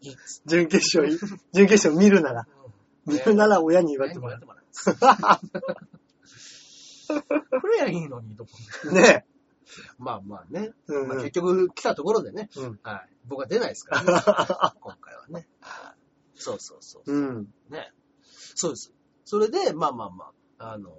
Speaker 1: いいっつっ
Speaker 2: 準決勝い、準決勝見るなら
Speaker 1: て、うん
Speaker 2: 見るなら親に言われ
Speaker 1: 親に
Speaker 2: ても
Speaker 1: 祝
Speaker 2: ら
Speaker 1: ってもらう。 来れやいいのに、と思って
Speaker 2: う。ね
Speaker 1: まあまあね。
Speaker 2: え。うん
Speaker 1: まあ
Speaker 2: う
Speaker 1: 結
Speaker 2: ん。
Speaker 1: 局来たところでね、
Speaker 2: うん
Speaker 1: はい。僕は出ないですから ね。今回はね。はいそうそうそう。
Speaker 2: うん。
Speaker 1: ね。そうです。それで、まあまあまあ、あの、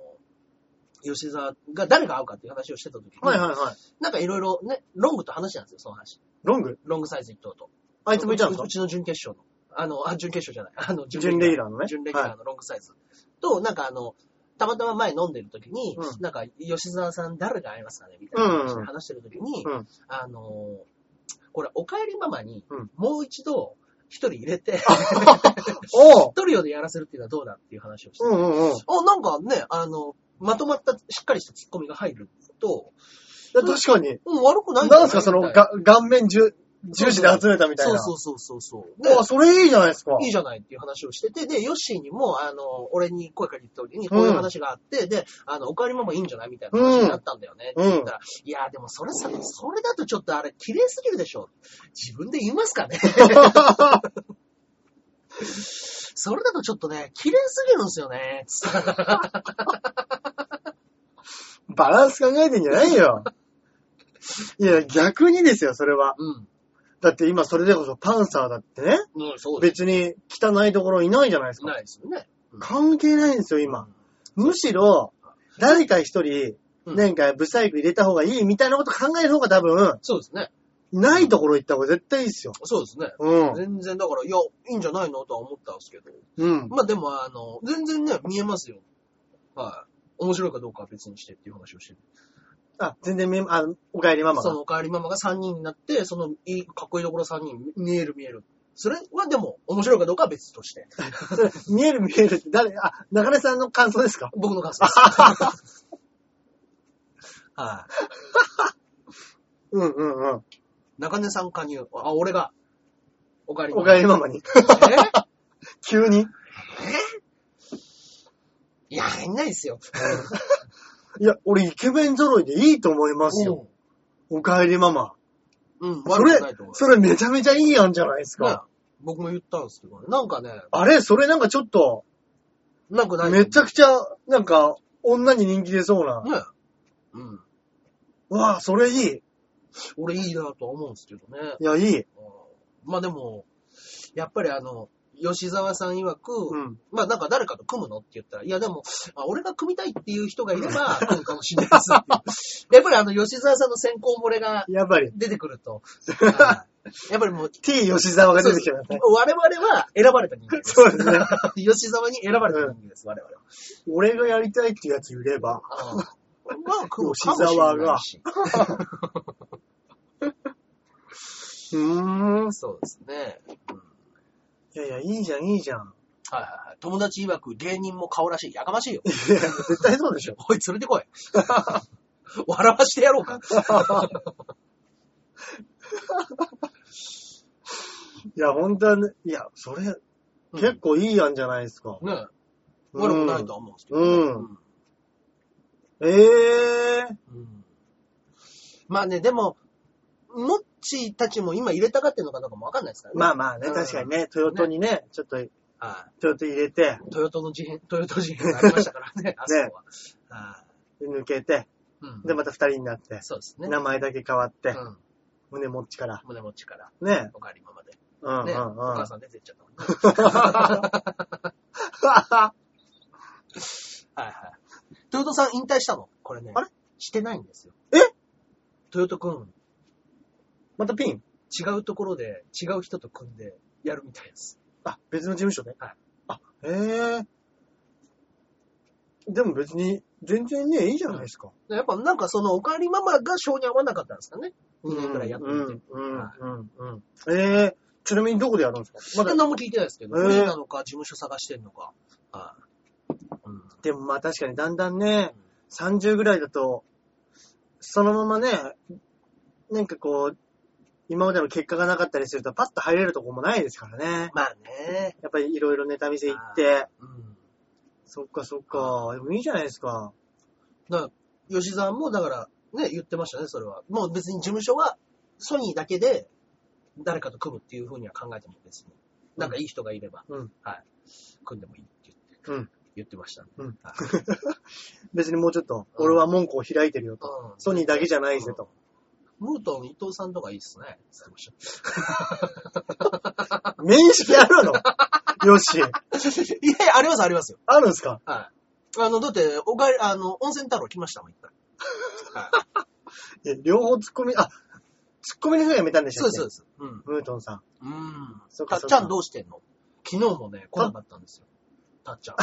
Speaker 1: 吉沢が誰が会うかっていう話をしてた時に、
Speaker 2: はいはいはい。
Speaker 1: なんかいろいろね、ロングと話したんですよ、その話。
Speaker 2: ロング
Speaker 1: ロングサイズ一等と。
Speaker 2: あいつもいたんですか
Speaker 1: うちうちの準決勝の。あの、あ、準決勝じゃない。あの、
Speaker 2: 準レギュラーのね
Speaker 1: 準レギュラーのロングサイズ。と、なんかあの、たまたま前飲んでる時に、
Speaker 2: うん
Speaker 1: なんか、吉沢さん誰が会いますかねみたいな話で話してる時に、
Speaker 2: うん
Speaker 1: あの、これ、おかえりママに
Speaker 2: うん、
Speaker 1: もう一度、一人入れて、
Speaker 2: おう
Speaker 1: トリオでやらせるっていうのはどうだっていう話をして、
Speaker 2: うんうんうん。
Speaker 1: あ、なんかね、あの、まとまった、しっかりしたツッコミが入ると、
Speaker 2: いや確かに。
Speaker 1: うん、悪くない
Speaker 2: なんですか、その、
Speaker 1: みたい
Speaker 2: が顔面重、重視で集めたみたいな。
Speaker 1: そうそうそうそう。で
Speaker 2: あ、それいいじゃないですか。
Speaker 1: いいじゃないっていう話をしてて、で、ヨッシーにも、あの、俺に声かけた時に、こういう話があって、で、あの、おかわりママいいんじゃないみたいな話になったんだよね。
Speaker 2: うん
Speaker 1: って言ったら、いや、でもそれさ、それだとちょっとあれ、綺麗すぎるでしょ。自分で言います かねそれだとちょっとね、綺麗すぎるんですよね。つって
Speaker 2: バランス考えてんじゃない よ。いや、逆にですよ、それは。
Speaker 1: うん。
Speaker 2: だって今それでこそパンサーだってね、
Speaker 1: うん、そうで
Speaker 2: 別
Speaker 1: す。
Speaker 2: に汚いところいないじゃないですか。
Speaker 1: ないですよね。
Speaker 2: 関係ないんですよ、今。むしろ、誰か一人、
Speaker 1: うん
Speaker 2: なんか、ブサイク入れた方がいいみたいなこと考える方が多分、
Speaker 1: そうですね。
Speaker 2: ないところ行った方が絶対いいっすよ。
Speaker 1: そうですね。
Speaker 2: うん。
Speaker 1: 全然、だから、いや、いいんじゃないのとは思ったんですけど。
Speaker 2: うん。
Speaker 1: まあでも、あの、全然ね、見えますよ。はい。面白いかどうかは別にしてっていう話をしてる。
Speaker 2: あ、全然見え、あの、おかえりママ
Speaker 1: そ
Speaker 2: が。
Speaker 1: のおかわりママが3人になって、そのいい、かっこいいところ3人、見える見える。それはでも、面白いかどうかは別として。
Speaker 2: それ 見える見えるって誰、あ、中根さんの感想ですか
Speaker 1: 僕の感想です。 はい。
Speaker 2: うんうんうん。
Speaker 1: 中根さん加入。あ、俺が。おかわりマ
Speaker 2: お
Speaker 1: マ。
Speaker 2: かえりママ に。
Speaker 1: え
Speaker 2: 急に。
Speaker 1: いや、いないですよ。
Speaker 2: いや、俺イケメン揃いでいいと思いますよ。
Speaker 1: う
Speaker 2: おかえりママ。
Speaker 1: ん。うん、
Speaker 2: そ
Speaker 1: 悪
Speaker 2: れ
Speaker 1: くないと思い、ます
Speaker 2: それめちゃめちゃいいやんじゃないです
Speaker 1: ね
Speaker 2: か。
Speaker 1: 僕も言ったんですけどね。なんかね、
Speaker 2: あれそれなんかちょっと、
Speaker 1: なんかない。
Speaker 2: めちゃくちゃ、なんか、女に人気出そうな。
Speaker 1: ね。うん。
Speaker 2: わあ、それいい。
Speaker 1: 俺いいなとは思うんですけどね。
Speaker 2: いや、いい。
Speaker 1: うんまあでも、やっぱりあの、吉沢さん曰く、
Speaker 2: うん。
Speaker 1: まあなんか誰かと組むのって言ったら、いやでも、まあ俺が組みたいっていう人がいれば、組むかもしれないですっていう。やっぱりあの、吉沢さんの先行漏れが
Speaker 2: やっぱり、
Speaker 1: 出てくると、はいやっぱりもう、
Speaker 2: T 吉沢が出てきてますね。
Speaker 1: 我々は選ばれた人間です。
Speaker 2: そうですね。
Speaker 1: 吉沢に選ばれた人間です、我々は。
Speaker 2: 俺がやりたいっていうやついれば。
Speaker 1: まあ、組むかもしれないし。
Speaker 2: うーん。
Speaker 1: そうですね。うん
Speaker 2: いやいや、いいじゃん、いいじゃん。
Speaker 1: はいはいはい。友達曰く芸人も顔らしい。やかましいよ。
Speaker 2: いや、絶対そうでしょ。
Speaker 1: おい、連れてこい。 笑わしてやろう か。
Speaker 2: いや、本当はね、いや、それ、結構いいやんじゃないですか。
Speaker 1: ねえ。
Speaker 2: うん
Speaker 1: 悪くないとは思うんですけどね。
Speaker 2: うんええ
Speaker 1: うんまあね、でも、モッチーたちも今入れたがってるのかどうかもわかんないですからね。
Speaker 2: まあまあね、確かにね、トヨタにね、ちょっと、
Speaker 1: は
Speaker 2: トヨタ入れて、
Speaker 1: い。トヨタの事変、トヨタ事変がありまし たからね、あそこは。は
Speaker 2: 抜けて、
Speaker 1: いうん
Speaker 2: で、また二人になって、
Speaker 1: そうですね。
Speaker 2: 名前だけ変わって、
Speaker 1: うん。
Speaker 2: 胸持ちから。
Speaker 1: 胸持ちから、
Speaker 2: ね。
Speaker 1: おかわり今まで。ね、
Speaker 2: うんうんうん。
Speaker 1: お母さん出てっちゃったもんね。はいはい。トヨタさん引退したのこれね。
Speaker 2: あれ
Speaker 1: してないんですよ。
Speaker 2: え
Speaker 1: トヨタくん、
Speaker 2: またピン
Speaker 1: 違うところで、違う人と組んでやるみたいです。
Speaker 2: あ、別の事務所で
Speaker 1: はい。
Speaker 2: あ、へえ。でも別に、全然ね、いいじゃないですか。
Speaker 1: でやっぱなんかその、おかわりママが性に合わなかったんですかね ?2 年くらいやってみて。
Speaker 2: うん、うん、うん、うん。ええ、ちなみにどこでやるんですか
Speaker 1: ま
Speaker 2: ま
Speaker 1: だ
Speaker 2: だ、
Speaker 1: 何も聞いてないですけど、
Speaker 2: えー
Speaker 1: フリーなのか、事務所探してんのか。はいうん
Speaker 2: でもまあ確かにだんだんね、30ぐらいだと、そのままね、なんかこう、今までの結果がなかったりすると、パッと入れるとこもないですからね。
Speaker 1: まあね。
Speaker 2: やっぱりいろいろネタ見せ行って、
Speaker 1: うん。
Speaker 2: そっかそっか、でもいいじゃないですか。
Speaker 1: だから吉沢も、だから、ね、言ってましたね、それは。もう別に事務所は、ソニーだけで、誰かと組むっていうふうには考えても別に。なんかいい人がいれば、
Speaker 2: うん
Speaker 1: はい。組んでもいいって言って、
Speaker 2: うん
Speaker 1: 言ってましたね。
Speaker 2: うん
Speaker 1: はい
Speaker 2: 別にもうちょっと、
Speaker 1: うん
Speaker 2: 俺は門戸を開いてるよと。ソニーだけじゃないぜと。
Speaker 1: ムートン伊藤さんとかいいっすね。つってました
Speaker 2: 面識あるのよし。
Speaker 1: いやいや、ありますありますよ。
Speaker 2: あるんすか
Speaker 1: はい。あの、だって、おかえり、あの、温泉太郎来ましたもん、一回。はい。
Speaker 2: え両方ツッコミ、あ、ツッコミの人がやめたんでし
Speaker 1: そう
Speaker 2: ょ
Speaker 1: です、そうです。うん。
Speaker 2: ムートンさん。
Speaker 1: うん。
Speaker 2: そっか
Speaker 1: たっちゃんどうしてんの昨日もね、来なかったんですよ。たっちゃん。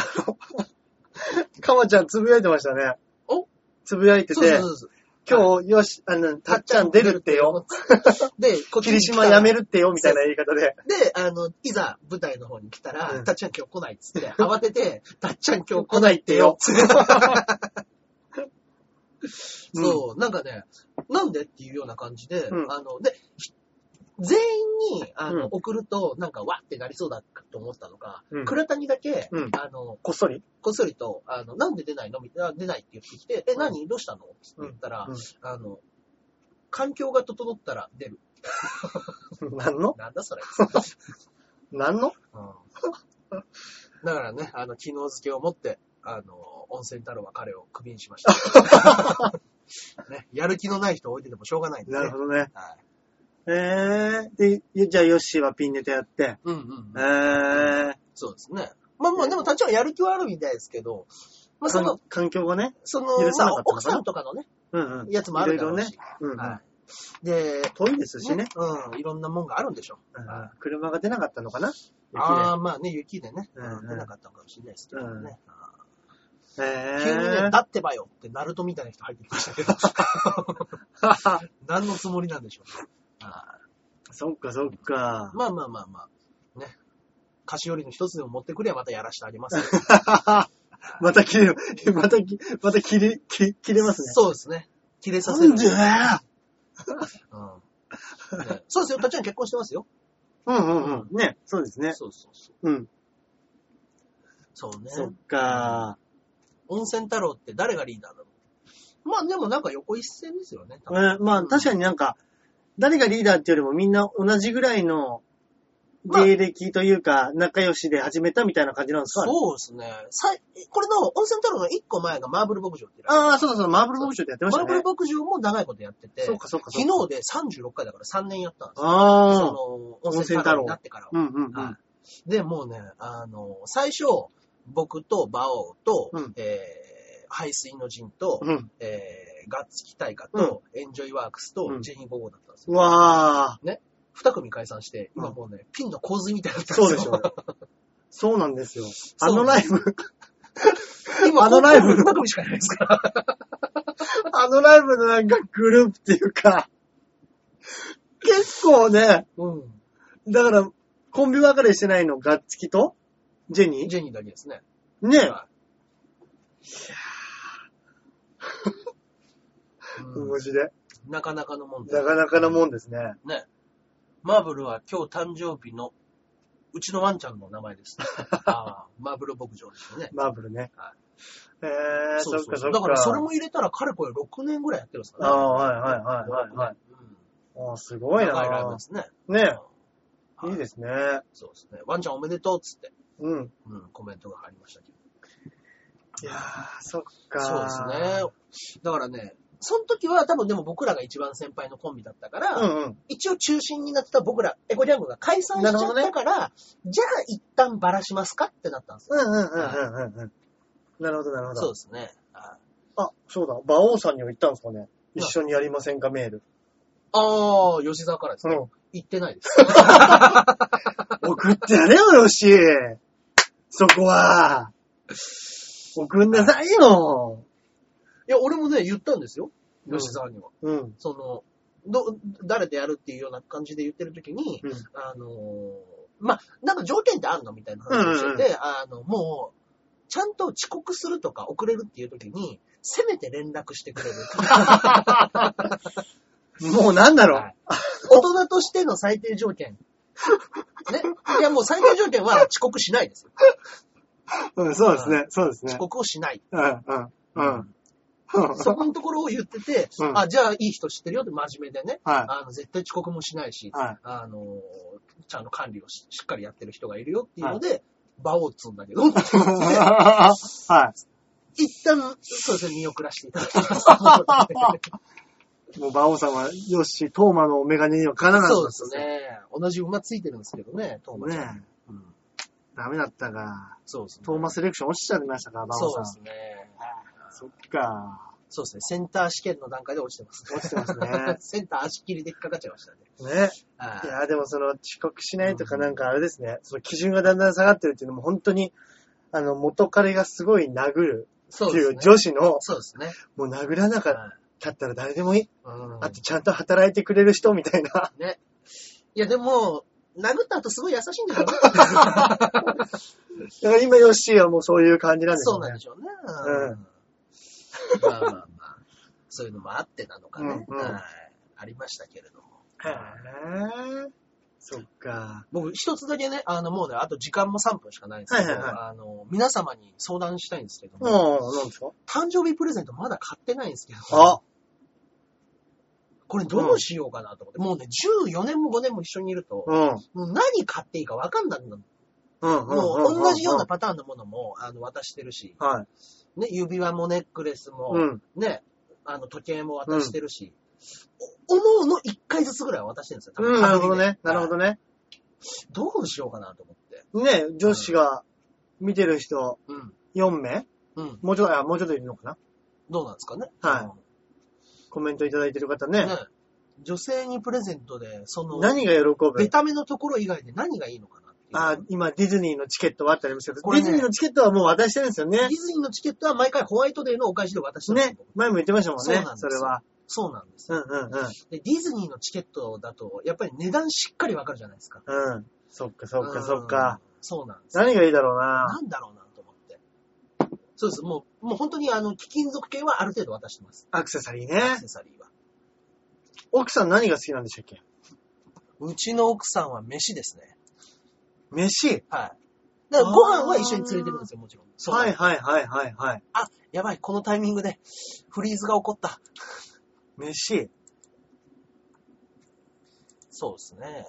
Speaker 2: かまちゃんつぶやいてましたね。
Speaker 1: お
Speaker 2: つぶやいて
Speaker 1: そう
Speaker 2: て
Speaker 1: そう、そうそう。
Speaker 2: 今日、よし、あの、たっちゃん出るってよ。。
Speaker 1: で、こっちに
Speaker 2: 霧
Speaker 1: 来た
Speaker 2: 島
Speaker 1: ら
Speaker 2: やめるってよ、みたいな言い方で。
Speaker 1: で、あの、いざ舞台の方に来たら、
Speaker 2: うん
Speaker 1: たっちゃん今日来ないっつ って、慌てて、たっちゃん今日来
Speaker 2: 来
Speaker 1: な
Speaker 2: ないい
Speaker 1: っ
Speaker 2: ってて
Speaker 1: よ
Speaker 2: よ。
Speaker 1: そう、なんかね、なんでっていうような感じで、
Speaker 2: うん
Speaker 1: あの、で、ひ全員に、あの、
Speaker 2: うん
Speaker 1: 送ると、なんか、わってなりそうだと思ったのか、
Speaker 2: うん
Speaker 1: 倉谷だけ、
Speaker 2: うん
Speaker 1: あの、
Speaker 2: こっそり
Speaker 1: こっそりと、あの、なんで出ないのみたいな、出ないって言ってきて、え、
Speaker 2: ん
Speaker 1: 何どうしたのって言ったら、
Speaker 2: うん
Speaker 1: あの、環境が整ったら出る。
Speaker 2: 何の
Speaker 1: なんだそれ。
Speaker 2: 何の
Speaker 1: うんだからね、あの、昨日付けを持って、あの、温泉太郎は彼をクビにしました。 ね、やる気のない人を置いててもしょうがないんで、ね。
Speaker 2: なるほどね。
Speaker 1: はい。
Speaker 2: えー、で、ゆじゃあヨッシーはピンネタやって。
Speaker 1: うんうん
Speaker 2: え。ー、
Speaker 1: そうですね。まあまあ、でも、たちはやる気はあるみたいですけど、まあ、そ
Speaker 2: か
Speaker 1: の
Speaker 2: ん、環境がね。
Speaker 1: その、
Speaker 2: 許さ
Speaker 1: ま
Speaker 2: なか、ったの
Speaker 1: あ奥
Speaker 2: かな
Speaker 1: さんとかのね、
Speaker 2: うんうん。
Speaker 1: やつもあるだろうし。
Speaker 2: いろいろね。うん、うん。
Speaker 1: はい。で、
Speaker 2: 遠いですしね。
Speaker 1: うん、いろんなもんがあるんでしょう。
Speaker 2: うん
Speaker 1: は
Speaker 2: 車が出なかったのかな
Speaker 1: ああ、まあね、雪でね、
Speaker 2: うんうん
Speaker 1: 出なかったのかもしれないですけどね。
Speaker 2: 雪でえ
Speaker 1: 急にね、
Speaker 2: ー
Speaker 1: 立。ってばよって、ナルトみたいな人入ってきましたけど。何のつもりなんでしょうね。あ
Speaker 2: そっかそっか
Speaker 1: ー。まあまあまあまあ。ね。菓子折りの一つでも持ってくりゃまたやらしてあげますよ。
Speaker 2: また切れる、また切、また切れ、切切れますね。
Speaker 1: そうですね。切れさせる。うん。ねそうですよ。たっちゃん結婚してますよ。
Speaker 2: うんうんうん。ね、そうですね。
Speaker 1: そうそうそう。
Speaker 2: うん。
Speaker 1: そうね。
Speaker 2: そっか。
Speaker 1: 温泉太郎って誰がリーダーなのまあでもなんか横一線ですよね。多分
Speaker 2: うんまあ確かになんか、誰がリーダーっていうよりもみんな同じぐらいの
Speaker 1: まあ
Speaker 2: 芸歴というか、仲良しで始めたみたいな感じなんですかね
Speaker 1: そうですね。さいこれの温泉太郎の一個前がマーブル牧場っていうの
Speaker 2: ああ、そうそう、マーブル牧場でやってまし
Speaker 1: マ
Speaker 2: た
Speaker 1: ーブ
Speaker 2: ね
Speaker 1: ル。牧場も長いことやってて、
Speaker 2: そうかそうかそうか。
Speaker 1: 昨日で36回だから3年やったんですよ。
Speaker 2: ああ。
Speaker 1: その、温泉太郎になってからは。
Speaker 2: うんうんうん。
Speaker 1: はいで、もうね、あの、最初、僕と馬王と、
Speaker 2: うん
Speaker 1: えー排水の陣と、
Speaker 2: うん。
Speaker 1: えーガッツキ大化と、エンジョイワークス
Speaker 2: う
Speaker 1: と、
Speaker 2: ん
Speaker 1: ジェニー・ゴゴだったんです
Speaker 2: う
Speaker 1: よ。
Speaker 2: わあ。
Speaker 1: 二組解散して、今
Speaker 2: うん
Speaker 1: もうね、ピンの洪水みたいになってるん
Speaker 2: そう
Speaker 1: で
Speaker 2: ですし
Speaker 1: よ。
Speaker 2: ょ。そうなんですよ。あ
Speaker 1: そう
Speaker 2: の
Speaker 1: な
Speaker 2: ラ
Speaker 1: ん
Speaker 2: イブ、
Speaker 1: 今、
Speaker 2: あのライ ブ
Speaker 1: 二組しかいないですから。
Speaker 2: あのライブのなんかグループっていうか、結構ね、
Speaker 1: うん。
Speaker 2: だから、コンビ別れしてないの、ガッツキとジェニ
Speaker 1: ジェニーだけですね。
Speaker 2: ーね、
Speaker 1: うん
Speaker 2: 無事で。
Speaker 1: なかなかのもんで
Speaker 2: なかなかのもんですね。
Speaker 1: ね。マーブルは今日誕生日の、うちのワンちゃんの名前です。 ああ、マーブル牧場ですよね。
Speaker 2: マーブルね
Speaker 1: は。
Speaker 2: えー、そっかそっか。
Speaker 1: だからそれも入れたら、かれこれ6年ぐらいやってるんですか
Speaker 2: あ
Speaker 1: ね。
Speaker 2: あ、はいはいはいはいはい。
Speaker 1: うん
Speaker 2: ああ、すごい
Speaker 1: 長いライブ
Speaker 2: な
Speaker 1: ですね。
Speaker 2: ね
Speaker 1: うん
Speaker 2: え、いいですね。
Speaker 1: そうですね。ワンちゃんおめでとうっつって、
Speaker 2: うん。
Speaker 1: うん、コメントが入りましたけど。
Speaker 2: いやー、そっか。
Speaker 1: そうですね。だからね、その時は多分でも僕らが一番先輩のコンビだったから、
Speaker 2: うんうん。
Speaker 1: 一応中心になってた僕ら、エコジャングが解散しちゃ
Speaker 2: なる
Speaker 1: っ
Speaker 2: ほど
Speaker 1: た
Speaker 2: ね
Speaker 1: から、じゃあ一旦バラしますかってなったんですよ。
Speaker 2: うんうんうんうんうんうん。なるほど、なるほど。
Speaker 1: そうですね。はい
Speaker 2: あ、そうだ。馬王さんにも言ったんですかね。一緒にやりませんか、メール。
Speaker 1: ああ、吉沢からです
Speaker 2: う
Speaker 1: ね。
Speaker 2: ん。
Speaker 1: 行ってないです。
Speaker 2: 送ってやれよ、よし。そこは。送んなさいよ。
Speaker 1: いや、俺もね、言ったんですよ。
Speaker 2: うん
Speaker 1: 吉沢には。
Speaker 2: うん。
Speaker 1: その、ど、誰でやるっていうような感じで言ってる時に、
Speaker 2: うん
Speaker 1: あのーまあ、なんか条件ってあるのみたいな話をしてて、あの、もう、ちゃんと遅刻するとか遅れるっていう時に、せめて連絡して くれるとか。
Speaker 2: もうなんだろう。
Speaker 1: はい大人としての最低条件。ね。いや、もう最低条件は遅刻しないですよ。
Speaker 2: うん、そうですね。そうですね
Speaker 1: 遅。刻をしない。
Speaker 2: うん、うん、うん。
Speaker 1: そこのところを言ってて、
Speaker 2: うん
Speaker 1: あ、じゃあいい人知ってるよって真面目でね。
Speaker 2: はい。
Speaker 1: あの、絶対遅刻もしないし、
Speaker 2: はい
Speaker 1: あのー、ちゃんと管理をししっかりやってる人がいるよっていうので、場を打つんだけど、って言って
Speaker 2: は
Speaker 1: 一旦、そうですね、見送らせていただ きます。
Speaker 2: い。もう、馬王さんは、よし、トーマのメガネにはかなわなか
Speaker 1: そ
Speaker 2: っ
Speaker 1: う
Speaker 2: た
Speaker 1: で
Speaker 2: ん
Speaker 1: す。ね。同じ馬ついてるんですけどね、トーマちゃん。
Speaker 2: ね
Speaker 1: うん
Speaker 2: ダメだったか。
Speaker 1: そうですね。
Speaker 2: トーマセレクション落ちちゃいましたか、馬王
Speaker 1: そう
Speaker 2: さ
Speaker 1: で
Speaker 2: ん。
Speaker 1: すね。
Speaker 2: そっか。
Speaker 1: そうですね。センター試験の段階で落ちてます、
Speaker 2: 落ちてますね
Speaker 1: センター足切りで引っかかっちゃいましたね。
Speaker 2: ね。
Speaker 1: はいい
Speaker 2: やーでもその遅刻しないとかなんかあれですね、その基準がだんだん下がってるっていうのも本当に、あの、元彼がすごい殴る
Speaker 1: そ
Speaker 2: っ
Speaker 1: う
Speaker 2: て
Speaker 1: で
Speaker 2: い
Speaker 1: す
Speaker 2: う
Speaker 1: ね。
Speaker 2: 女子の、
Speaker 1: そうですね。
Speaker 2: もう殴らなか
Speaker 1: はい
Speaker 2: ったら誰でもいい。
Speaker 1: うん
Speaker 2: あとちゃんと働いてくれる人みたいな。
Speaker 1: ね。いや、でも、殴った後すごい優しいんだけどね
Speaker 2: だから今ヨッシーはもう そういう感じなんです
Speaker 1: そう
Speaker 2: よ
Speaker 1: なん
Speaker 2: ね
Speaker 1: で。しょうね。
Speaker 2: うん
Speaker 1: まあまあまあ、そういうのもあってなのかね。
Speaker 2: うんうん
Speaker 1: はいありましたけれども。
Speaker 2: へー。そっか。
Speaker 1: 僕、一つだけね、あの、もうね、あと時間も3分しかないんですけど、
Speaker 2: はいはい
Speaker 1: あの、皆様に相談したいんですけども、
Speaker 2: もう、なんですか
Speaker 1: 誕生日プレゼントまだ買ってないんですけど、
Speaker 2: あ、
Speaker 1: これどうしようかなと思って、もうね、14年も5年も一緒にいると、
Speaker 2: うん。
Speaker 1: もう何買っていいか分かんなくなる。
Speaker 2: うん。
Speaker 1: もう同じような
Speaker 2: パ
Speaker 1: パターンのものも、あの、渡してるし、
Speaker 2: ターン。はい。
Speaker 1: ね、指輪もネックレスも、
Speaker 2: うん。
Speaker 1: ね、あの、時計も渡してるし、お思うの1回ずつぐらいは渡してるんですよ。多分
Speaker 2: うん、なるほどね。な
Speaker 1: は
Speaker 2: いるほどね。
Speaker 1: どうしようかなと思って。
Speaker 2: ね、女子が見てる人
Speaker 1: うん。
Speaker 2: 4名
Speaker 1: うん。
Speaker 2: もうちょっと、あ、もうちょっといるのかな
Speaker 1: どうなんですかね。
Speaker 2: はコメントいただいてる方
Speaker 1: い
Speaker 2: ね
Speaker 1: ね。、女性にプレゼントで、その、
Speaker 2: 何が喜
Speaker 1: ベ
Speaker 2: ぶ
Speaker 1: タめのところ以外で何がいいのかなっていう。
Speaker 2: あ今、ディズニーのチケットはあったりもするけど、
Speaker 1: これ
Speaker 2: ディ
Speaker 1: ね
Speaker 2: ズニーのチケットはもう渡してるんですよね
Speaker 1: ディ。ズニーのチケットは毎回ホワイトデーのお返しで渡してるん
Speaker 2: ね
Speaker 1: ですよ。
Speaker 2: 前も言ってましたもん
Speaker 1: そうな
Speaker 2: ね
Speaker 1: んで、す
Speaker 2: それは。
Speaker 1: そうなんです
Speaker 2: うん
Speaker 1: よ、
Speaker 2: うん
Speaker 1: で。ディズニーのチケットだと、やっぱり値段しっかりわかるじゃないですか。
Speaker 2: うん。うん。そっかそっかそっか。
Speaker 1: うん。そうなんですよ
Speaker 2: 何がいいだろうな。
Speaker 1: なんだろうなと思って。そうです。もう、もう本当にあの、貴金属系はある程度渡してます。
Speaker 2: アクセサリー
Speaker 1: アク
Speaker 2: ね。
Speaker 1: セサリーは。
Speaker 2: 奥さん何が好きなんでしたっけ
Speaker 1: うちの奥さんは飯ですね。
Speaker 2: 飯。
Speaker 1: はい。だからご飯は一緒に連れてるんですよ、もちろん。そう。
Speaker 2: はいはいはいはいはい。
Speaker 1: やばい、このタイミングで、フリーズが起こった。
Speaker 2: 飯。
Speaker 1: そうですね。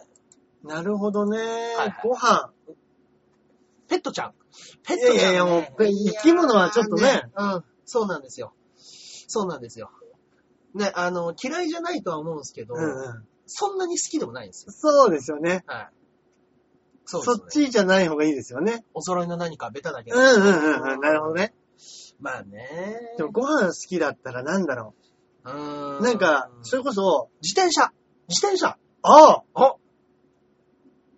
Speaker 2: なるほどね
Speaker 1: いはい。
Speaker 2: ご飯。
Speaker 1: ペットちゃん。ペッ
Speaker 2: い
Speaker 1: トちゃん、
Speaker 2: やいやいや、もう、生き物はちょっと
Speaker 1: い
Speaker 2: ね。
Speaker 1: やーうん。そうなんですよ。そうなんですよ。ね、あの、嫌いじゃないとは思うんですけど、
Speaker 2: うんうん。
Speaker 1: そんなに好きでもないんですよ。
Speaker 2: そうですよね。
Speaker 1: はい。そうです
Speaker 2: そ
Speaker 1: ね。
Speaker 2: っちじゃない方がいいですよね。
Speaker 1: お揃いの何かベタだけ
Speaker 2: う
Speaker 1: ど
Speaker 2: んうんうんうん。なるほどね。
Speaker 1: まあね。
Speaker 2: でもご飯好きだったらなんだろ
Speaker 1: うー
Speaker 2: う。なんか、それこそ、
Speaker 1: 自転車自転車
Speaker 2: あ
Speaker 1: あ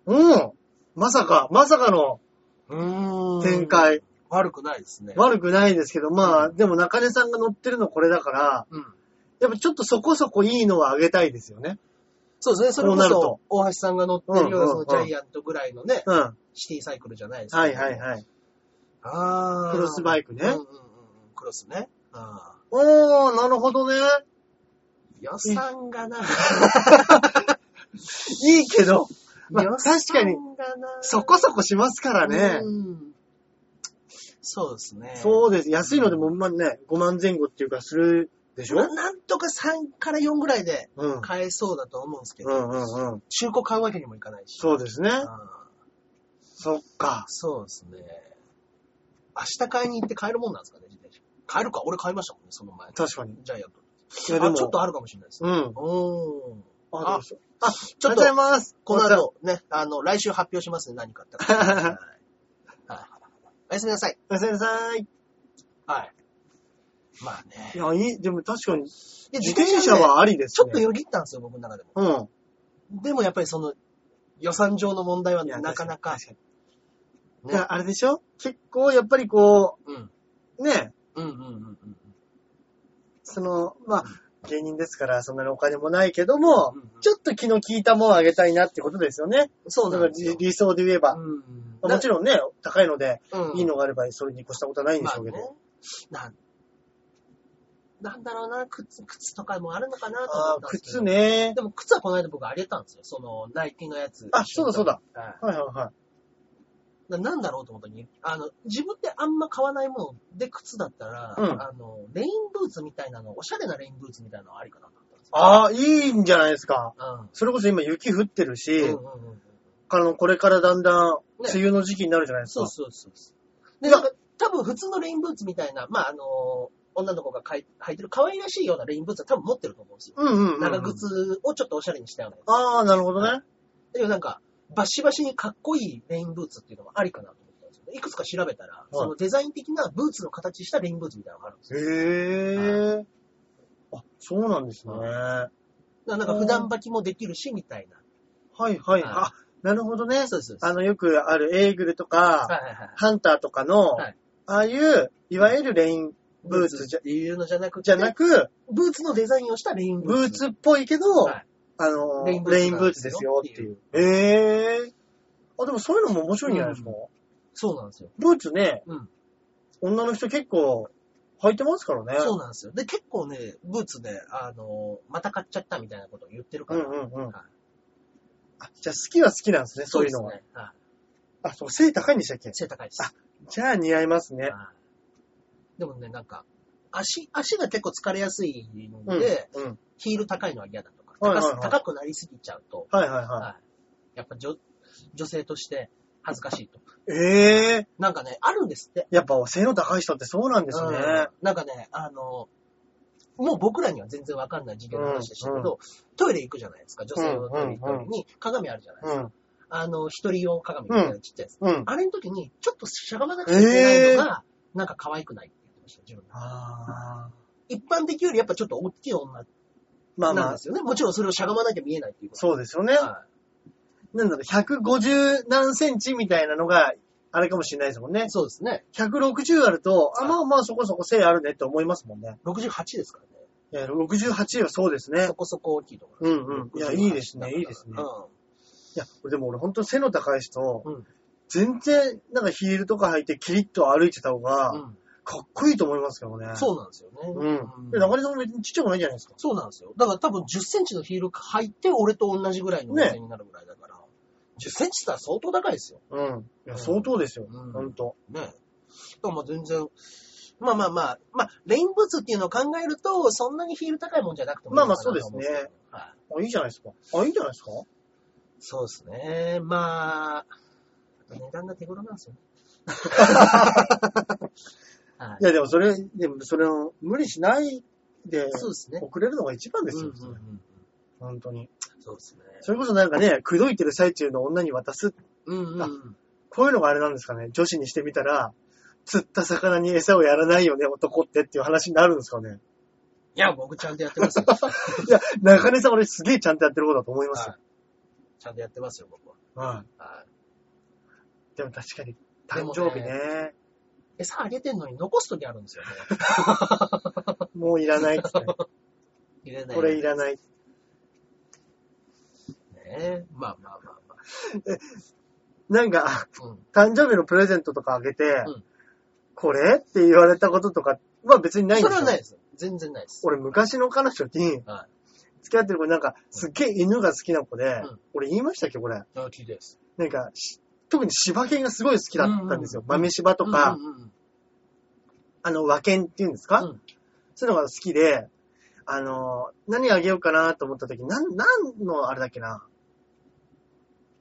Speaker 2: うんまさか、まさかの
Speaker 1: うーん
Speaker 2: 展。開。
Speaker 1: 悪くないですね。
Speaker 2: 悪くないですけど、まあ、
Speaker 1: うん
Speaker 2: でも中根さんが乗ってるのこれだから、
Speaker 1: うん。
Speaker 2: やっぱちょっとそこそこいいのはあげたいですよね。
Speaker 1: そうですね。それ
Speaker 2: こ
Speaker 1: こ
Speaker 2: うなる
Speaker 1: そ
Speaker 2: と、
Speaker 1: 大橋さんが乗ってるよう
Speaker 2: うんうんう
Speaker 1: な、
Speaker 2: ん
Speaker 1: そのジャイアントぐらいのね、
Speaker 2: うん。
Speaker 1: シティサイクルじゃないです
Speaker 2: はいはい
Speaker 1: い。
Speaker 2: はい。
Speaker 1: あー
Speaker 2: クロスバイクね
Speaker 1: うんうんうんうん。クロスね。あ
Speaker 2: おー、なるほどね。
Speaker 1: ー予算がな。
Speaker 2: いいけど、まあ
Speaker 1: 予算
Speaker 2: 確かに、
Speaker 1: がな。
Speaker 2: そこそこしますからね。
Speaker 1: うんそうですね。
Speaker 2: そうです。安いのでも、まあね、5万前後っていうかするでしょ
Speaker 1: ななんとか3から4ぐらいで
Speaker 2: うん。
Speaker 1: 買えそうだと思うんですけ
Speaker 2: う
Speaker 1: ど、
Speaker 2: んうんうん。
Speaker 1: 中古買うわけにもいかないし。
Speaker 2: そうですね。
Speaker 1: あー
Speaker 2: そっか。
Speaker 1: そうですね。明日買いに行って買えるもんなんですかね、自転車。買えるか俺買いましたもんね、その前。
Speaker 2: 確かに。
Speaker 1: ジャイアント。
Speaker 2: いやで
Speaker 1: あ
Speaker 2: も、
Speaker 1: ちょっとあるかもしれないです
Speaker 2: う
Speaker 1: ね。
Speaker 2: ん。
Speaker 1: おー。
Speaker 2: あ、どうしよう
Speaker 1: あ、
Speaker 2: ち
Speaker 1: ち
Speaker 2: ょ
Speaker 1: ょ
Speaker 2: っと。ありがとう
Speaker 1: っ
Speaker 2: ござい
Speaker 1: と、
Speaker 2: ます。
Speaker 1: この後ね、あの、来週発表しますね、何買った か。はいはいおやすみなさい。
Speaker 2: おやすみなさい。
Speaker 1: はい。まあね。
Speaker 2: いや、いい、でも確かに、
Speaker 1: いや
Speaker 2: 自転車、はありです
Speaker 1: ち
Speaker 2: ね。
Speaker 1: ょっとよぎったんですよ、僕の中でも。
Speaker 2: うん。
Speaker 1: でもやっぱりその、予算上の問題はい
Speaker 2: や
Speaker 1: なかなか。
Speaker 2: 確にだ
Speaker 1: ね
Speaker 2: からあれでしょ結構、やっぱりこ
Speaker 1: うん。
Speaker 2: う、ね、
Speaker 1: うんうんうんうん。
Speaker 2: その、まあ、芸人ですから、そんなにお金もないけども、
Speaker 1: うんうん
Speaker 2: ちょっと気の利いたもんあげたいなってことですよね。
Speaker 1: そうなんです
Speaker 2: 理
Speaker 1: よ。
Speaker 2: 理想で言えば。
Speaker 1: うん
Speaker 2: まあもちろんね、高いので、
Speaker 1: ろ
Speaker 2: いいのがあれば、それに越したことはないんで
Speaker 1: ま
Speaker 2: し
Speaker 1: あ
Speaker 2: ょうけ
Speaker 1: ね
Speaker 2: ど。。
Speaker 1: なんなんだろうな、靴、靴とかもあるのかなと
Speaker 2: ああ
Speaker 1: 思っ
Speaker 2: ー、
Speaker 1: たんですけ
Speaker 2: 靴
Speaker 1: ど。
Speaker 2: ね。
Speaker 1: でも靴はこの間僕あげたんですよ。その、ナイキのやつ。
Speaker 2: あそうだそうだ。
Speaker 1: は
Speaker 2: は
Speaker 1: い。
Speaker 2: いはいはい。
Speaker 1: ななんだろうと思った時に、あの、自分であんま買わないもんで靴だったら、
Speaker 2: うん
Speaker 1: あの、レインブーツみたいなの、おしゃれなレインブーツみたいなのありかなと思ったんですよ。
Speaker 2: ああ、いいんじゃないですか。それこそ今雪降ってるし、
Speaker 1: うん。うんうんうんうん。
Speaker 2: あのこれからだんだん
Speaker 1: ね
Speaker 2: 梅雨の時期になるじゃないですか。
Speaker 1: そうそうそうそう。で、なんか、多分普通のレインブーツみたいな、まあ、あの、女の子がかい履いてる可愛らしいようなレインブーツは多分持ってると思うんですよ。
Speaker 2: うんうんうん、
Speaker 1: 長。靴をちょっとおしゃれにしたようなや
Speaker 2: ああ、なるほどね。
Speaker 1: つ。でもなんか、バシバシにかっこいいレインブーツっていうのもありかなと思ったんですよね。いくつか調べたら、そのデザイン的なブーツの形したレインブーツみたいなのがあるんですよ。
Speaker 2: へえ。あ、そうなんですね。
Speaker 1: うん
Speaker 2: は
Speaker 1: だからなんか普段履きもできるし、みたいな。
Speaker 2: いはい。
Speaker 1: い
Speaker 2: あ、なるほどね。
Speaker 1: そうですそうです。
Speaker 2: あの、よくあるエーグルと
Speaker 1: は
Speaker 2: か、
Speaker 1: いはいはい。
Speaker 2: ハンターとかの、
Speaker 1: はい
Speaker 2: ああいう、いわゆるレインブーツじゃ
Speaker 1: っていうのじゃなく
Speaker 2: じ
Speaker 1: て、
Speaker 2: ゃなく、
Speaker 1: ブーツのデザインをしたレインブ
Speaker 2: ブ
Speaker 1: ー
Speaker 2: ーツ
Speaker 1: ツ。
Speaker 2: っぽいけど、
Speaker 1: はい
Speaker 2: あの、
Speaker 1: レインブーツ
Speaker 2: レインブーツですよっていう。へえ。あ、でもそういうのも面白いんじゃないですか。
Speaker 1: そうなんですよ。
Speaker 2: ブーツね、
Speaker 1: うん
Speaker 2: 女の人結構履いてますからね。
Speaker 1: そうなんですよ。で、結構ね、ブーツで、あの、また買っちゃったみたいなことを言ってるから。
Speaker 2: うんうんうん
Speaker 1: はい。
Speaker 2: あじゃあ好きは好きなんですね、そういうの
Speaker 1: で
Speaker 2: は。
Speaker 1: すね。はい
Speaker 2: あ、そう、背高いんでしたっけ
Speaker 1: 背高いです。
Speaker 2: じゃあ似合いますね。
Speaker 1: はいでもね、なんか、足、足が結構疲れやすいん
Speaker 2: うん。
Speaker 1: で、
Speaker 2: うん。
Speaker 1: ヒール高いのは嫌だとか、
Speaker 2: はいはい
Speaker 1: 高
Speaker 2: はい
Speaker 1: す高くなりすぎちゃうと、
Speaker 2: はいはいは
Speaker 1: はいやっぱ女、女性として恥ずかしいと。
Speaker 2: い。ええ
Speaker 1: なんかね、あるんですって。
Speaker 2: ー、やっぱ背の高い人ってそうなんですね。
Speaker 1: うんなんかね、あの、もう僕らには全然わかんない事業の話でしたけど、トイレ行くじゃないですか、女性のトイレ行く時に鏡あるじゃないです
Speaker 2: う
Speaker 1: か。
Speaker 2: ん。
Speaker 1: あの、一人用鏡みたいなちっちゃいやつ。
Speaker 2: うん。
Speaker 1: あれの時に、ちょっとしゃがまなくちゃいけないのが、なんか可愛くないって言ってました、自分で
Speaker 2: あー
Speaker 1: 一般的よりやっぱちょっと大きい女
Speaker 2: まあ
Speaker 1: な
Speaker 2: ま
Speaker 1: ん
Speaker 2: あ
Speaker 1: で、すよね。もちろんそれをしゃがまなきゃ見えないっていうこと。
Speaker 2: そうですよね。
Speaker 1: は
Speaker 2: なんだろう、150何センチみたいなのが、あれかもしれないですもんね
Speaker 1: い。そうですね。
Speaker 2: 160あると、あ、
Speaker 1: はい
Speaker 2: まあまあそこそこ背あるねって思いますもんね。
Speaker 1: 68ですから
Speaker 2: い
Speaker 1: ね。
Speaker 2: や、68はそうですね
Speaker 1: そ。こそこ大きいとこ
Speaker 2: う
Speaker 1: ろ。
Speaker 2: んうん。いや、いいですね、いいですね。いや、でも俺本当背の高い人、
Speaker 1: うん
Speaker 2: 全然なんかヒールとか履いてキリッと歩いてた方が、
Speaker 1: うん。
Speaker 2: かっこいいと思いますけどね。
Speaker 1: うん。そうなんですよね。
Speaker 2: うん。で、中根さんも別にちっちゃくないじゃないですか。
Speaker 1: そうなんですよ。だから多分10センチのヒール履いて、俺と同じぐらいの
Speaker 2: ね
Speaker 1: 大きになるぐらいだから、10センチって言ったら相当高いですよ。
Speaker 2: うん。いや、
Speaker 1: うん
Speaker 2: 相当ですよ。
Speaker 1: うん
Speaker 2: 本当。
Speaker 1: ね。だからまあ全然、まあまあまあ、まあ、レインブーツっていうのを考えると、そんなにヒール高いもんじゃなくてもいいのかなと思んけど
Speaker 2: まあまあそうで。
Speaker 1: はい。
Speaker 2: あ、いいじゃないですか。あ、いいんじゃないですか
Speaker 1: そうですね。まあ、値段が手頃なんですよね。はい
Speaker 2: い。や、でもそれ、でもそれを無理しないで、
Speaker 1: そうですね。
Speaker 2: 遅れるのが一番ですよ、
Speaker 1: うんうんうん
Speaker 2: 本当に。
Speaker 1: そうですね。
Speaker 2: それこそなんかね、口説いてる最中の女に渡す
Speaker 1: うんうんうん。
Speaker 2: こういうのがあれなんですかね。女子にしてみたら、釣った魚に餌をやらないよね、男ってっていう話になるんですかね。
Speaker 1: いや、僕ちゃんとやってますよ。
Speaker 2: いや、中根さん俺すげえちゃんとやってる方だと思いますよ。
Speaker 1: はいちゃんとやってますよ、僕は。
Speaker 2: は
Speaker 1: はい
Speaker 2: い。でも確かに、
Speaker 1: で
Speaker 2: 誕
Speaker 1: もね
Speaker 2: 生日ね。
Speaker 1: 餌あげてんのに残すときあるん ですよね。
Speaker 2: もういらないっつっ て。
Speaker 1: 入れない。
Speaker 2: これいらない。
Speaker 1: ね。まあまあまあま
Speaker 2: なんか、
Speaker 1: あ。うん。
Speaker 2: 誕生日のプレゼントとかあげて、
Speaker 1: うん
Speaker 2: これって言われたこととかは別にないん
Speaker 1: そ
Speaker 2: です
Speaker 1: れ
Speaker 2: よ。
Speaker 1: はないです。全然ないです。
Speaker 2: 俺昔の彼女に、
Speaker 1: は
Speaker 2: 付き合ってる子になんか、すっげえ犬が好きな子で、
Speaker 1: うん
Speaker 2: 俺言いましたっけこれ。
Speaker 1: い。聞いてです。
Speaker 2: なんか、し特に柴犬がすごい好きだったんですよ。
Speaker 1: うんうん
Speaker 2: 豆柴とか、
Speaker 1: うんうんうん
Speaker 2: あの、和犬っていうんですか、
Speaker 1: うん
Speaker 2: そういうのが好きで、あの、何あげようかなと思った時、なん、なんのあれだっけな。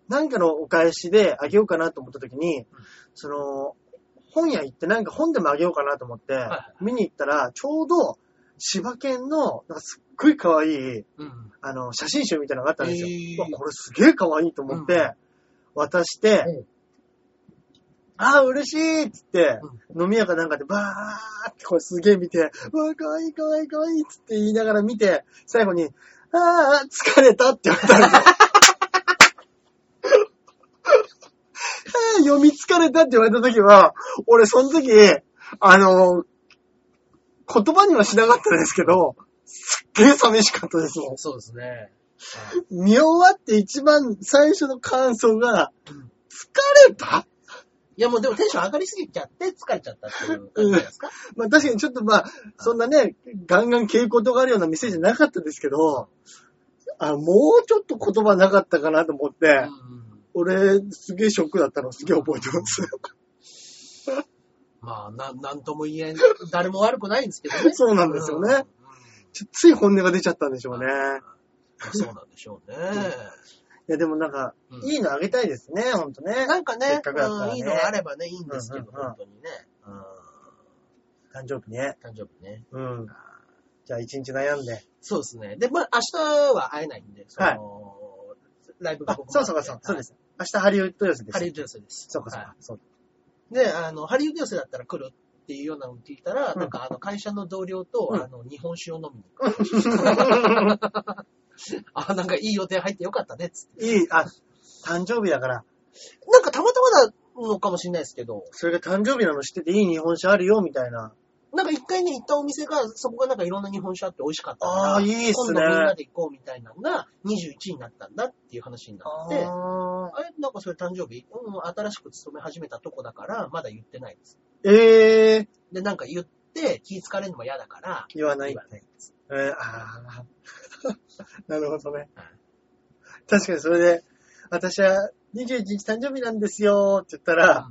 Speaker 2: 何かのお返しであげようかなと思った時に、その、本屋行ってなんか本でもあげようかなと思って
Speaker 1: は、
Speaker 2: 見に行ったら、ちょうど、柴犬の、なんかすっごい可愛い、
Speaker 1: うん。
Speaker 2: あの、写真集みたいなのがあったんですよ。
Speaker 1: へー
Speaker 2: うわこれすげえ可愛いと思って、渡して、
Speaker 1: うん
Speaker 2: ああ、嬉しいっつって、
Speaker 1: うん
Speaker 2: 飲み屋かなんかでバーってこれすげえ見て、うわ、可愛い可愛い可愛いっつって言いながら見て、最後に、ああ、疲れたって言われたんですよ。あー読み疲れたって言われた時は、俺その時、あのー言葉にはしなかったですけど、すっげえ寂しかったですもん。
Speaker 1: そうですね。
Speaker 2: 見終わって一番最初の感想が、
Speaker 1: うん
Speaker 2: 疲れた
Speaker 1: いやもうでもテンション上がりすぎちゃって疲れちゃったっていう感じじゃないですか。
Speaker 2: まあ確かにちょっとまあ、そんなね、ガンガン傾向とかあるような店じゃなかったですけど、あ、もうちょっと言葉なかったかなと思って、
Speaker 1: うん
Speaker 2: 俺、すげえショックだったの、すげえ覚えて ます。
Speaker 1: まあ、な、なんとも言えん、誰も悪くないんですけどね。
Speaker 2: そうなんですよね
Speaker 1: うんうん
Speaker 2: ちょつい本音が出ちゃったんでしょうね。
Speaker 1: そうなんでしょうね。
Speaker 2: いや、でもなんか、
Speaker 1: うん
Speaker 2: いいのあげたいですね、ほんとね。
Speaker 1: なんか
Speaker 2: せ
Speaker 1: ね
Speaker 2: っかくだったらね
Speaker 1: うんいいのがあればね、いいんですけど、
Speaker 2: うんうんうん
Speaker 1: 本当にね。うん
Speaker 2: 誕生日ね。
Speaker 1: 誕生日ね。
Speaker 2: うん。じゃあ一日悩んで。
Speaker 1: そうですね。で、まあ、明日は会えないんで、その、
Speaker 2: はい
Speaker 1: ライブが
Speaker 2: あ、
Speaker 1: 僕も
Speaker 2: そうそうか
Speaker 1: あって
Speaker 2: そう。そうです。明日ハリウッド寄せです。
Speaker 1: ハリウッド寄せです。
Speaker 2: そうかそう
Speaker 1: は
Speaker 2: か。そう
Speaker 1: いで、あの、ハリウッド寄せだったら来るっていうようなのを聞いたら、
Speaker 2: うん
Speaker 1: なんかあの、会社の同僚と、
Speaker 2: うん
Speaker 1: あの、日本酒を飲みに行く。 あ、なんかいい予定入ってよかったね、つって。
Speaker 2: いい、あ、誕生日だから、
Speaker 1: なんかたまたまなのかもしれないですけど、
Speaker 2: それが誕生日なの知ってていい日本酒あるよ、みたいな。
Speaker 1: なんか一回ね、行ったお店が、そこがなんかいろんな日本酒あって美味しかったから、
Speaker 2: あーいいっすね
Speaker 1: 今度みんなで行こうみたいなのが、21になったんだっていう話になって、あ
Speaker 2: あ
Speaker 1: れなんかそれ誕生日、うん、新しく勤め始めたとこだから、まだ言ってないです。
Speaker 2: ーええー、
Speaker 1: で、なんか言って、気ぃかれるのも嫌だから、
Speaker 2: 言わない
Speaker 1: 言。わないです。
Speaker 2: えー、 あーなるほどね。確かにそれで、私は21日誕生日なんですよって言ったら、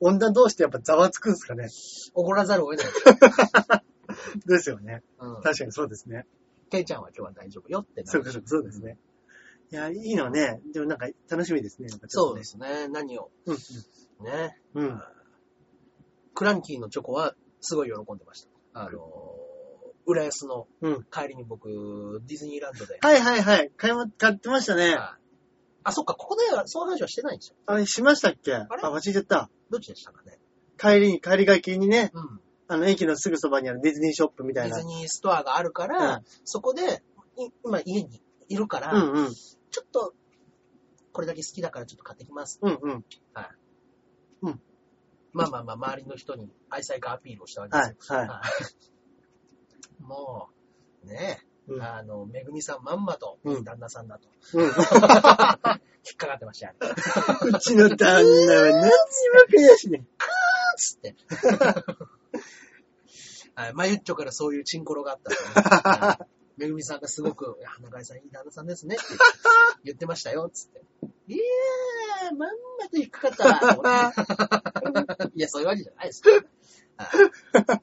Speaker 2: 温暖同士ってやっぱざわつくんですかね。
Speaker 1: 怒らざるを得ないです。
Speaker 2: ですよね。
Speaker 1: うん。
Speaker 2: 確かにそうですね。
Speaker 1: ていちゃんは今日は大丈夫よってな
Speaker 2: そう
Speaker 1: る
Speaker 2: ですそうですね。いや、いいのね。でもなんか楽しみですね。なんかちょっ
Speaker 1: そ
Speaker 2: と
Speaker 1: うで
Speaker 2: ね。
Speaker 1: すね。何を。
Speaker 2: うん
Speaker 1: ね。
Speaker 2: うん。うん。
Speaker 1: クランキーのチョコはすごい喜んでました。あの、浦安の
Speaker 2: うん
Speaker 1: 帰りに僕、ディズニーランドで。
Speaker 2: はいはいはい。買い物、買ってましたね。
Speaker 1: あ、あそっか、ここではその話はしてないんですよ。
Speaker 2: あれ、しましたっけあ
Speaker 1: れ
Speaker 2: 忘れちゃった。
Speaker 1: どっちでしたかね。
Speaker 2: 帰りに、帰りがけにね、
Speaker 1: うん。
Speaker 2: あの、駅のすぐそばにあるディズニーショップみ
Speaker 1: デ
Speaker 2: たい
Speaker 1: ィ
Speaker 2: な
Speaker 1: ズ。ニーストアがあるか
Speaker 2: う
Speaker 1: ら、
Speaker 2: ん
Speaker 1: そこで、い今家にいるから、
Speaker 2: うんうん。
Speaker 1: ちょっと、これだけ好きだからちょっと買ってきます。
Speaker 2: うんうん。
Speaker 1: まあまあまあ、周りの人に愛妻家アピールをしたわけで
Speaker 2: は
Speaker 1: す
Speaker 2: い
Speaker 1: よ。。
Speaker 2: はい。
Speaker 1: もう、ねえ、
Speaker 2: うん
Speaker 1: あの、めぐみさんまんまと、
Speaker 2: うん
Speaker 1: 旦那さんだと、
Speaker 2: うん、
Speaker 1: 引っかかってましたよ。
Speaker 2: うちの旦那は何にも悔しいね。
Speaker 1: つ って。はい、まゆっちょからそういうチンコロがあ ったとね、はいめぐみさんがすごく、いや中井さんいい旦那さん ですねって言ってましたよ、つって。いやー、まんまと引っかかったなと思って、いや、そういうわけじゃないですけどね。はいはい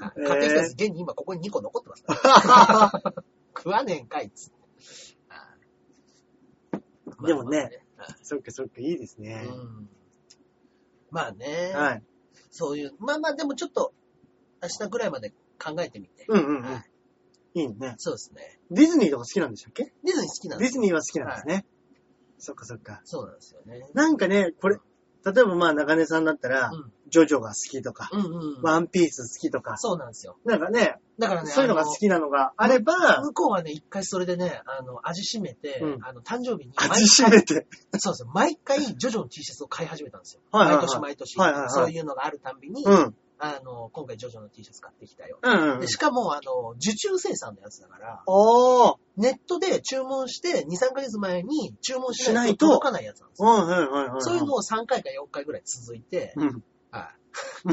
Speaker 1: 買ってきたやつ、現に今ここに2個残ってますから。 食わねえんかいっつって。はい
Speaker 2: でもね、
Speaker 1: まあ
Speaker 2: そっかそっか、いいですね
Speaker 1: まあね。うんまあね、
Speaker 2: はい。
Speaker 1: そういう、まあまあでもちょっと、明日ぐらいまで考えてみて。
Speaker 2: うんうんう
Speaker 1: は
Speaker 2: ん。いいね。
Speaker 1: そうですね。
Speaker 2: ディズニーとか好きなんでしたっけ
Speaker 1: ディズニー好きなん
Speaker 2: デ
Speaker 1: で
Speaker 2: ィ
Speaker 1: す
Speaker 2: ズニーは好きなんですね。そっかそっか。
Speaker 1: そうなんですよね。
Speaker 2: なんかね、これ、例えばまあ中根さんだったら、ジョジョが好きとか、
Speaker 1: うん。うんうん。
Speaker 2: ワンピース好きとか、
Speaker 1: そうなんですよ。
Speaker 2: なんかね、
Speaker 1: だからね、
Speaker 2: そういうのが好きなのがあれ
Speaker 1: あの
Speaker 2: ば、
Speaker 1: 向こうはね、一回それでね、あの、味しめて、
Speaker 2: うん
Speaker 1: あの、誕生日に、毎
Speaker 2: 味しめて。
Speaker 1: そうですよ毎回、ジョジョの T シャツを買い始めたんですよ。
Speaker 2: はいはいはい
Speaker 1: 毎年毎年、
Speaker 2: はいはいはい
Speaker 1: そういうのがあるたんびに、
Speaker 2: うん。うん
Speaker 1: あの、今回ジョジョの T シャツ買ってきたよ。
Speaker 2: うんうん
Speaker 1: で。しかも、あの、受注生産のやつだから、
Speaker 2: おー。
Speaker 1: ネットで注文して、2、3ヶ月前に注文し
Speaker 2: しな
Speaker 1: ない
Speaker 2: いと
Speaker 1: と届かないやつなんですよ
Speaker 2: うんうんうんうん。
Speaker 1: そういうのを3回か4回ぐらい続いて、
Speaker 2: うん。
Speaker 1: はい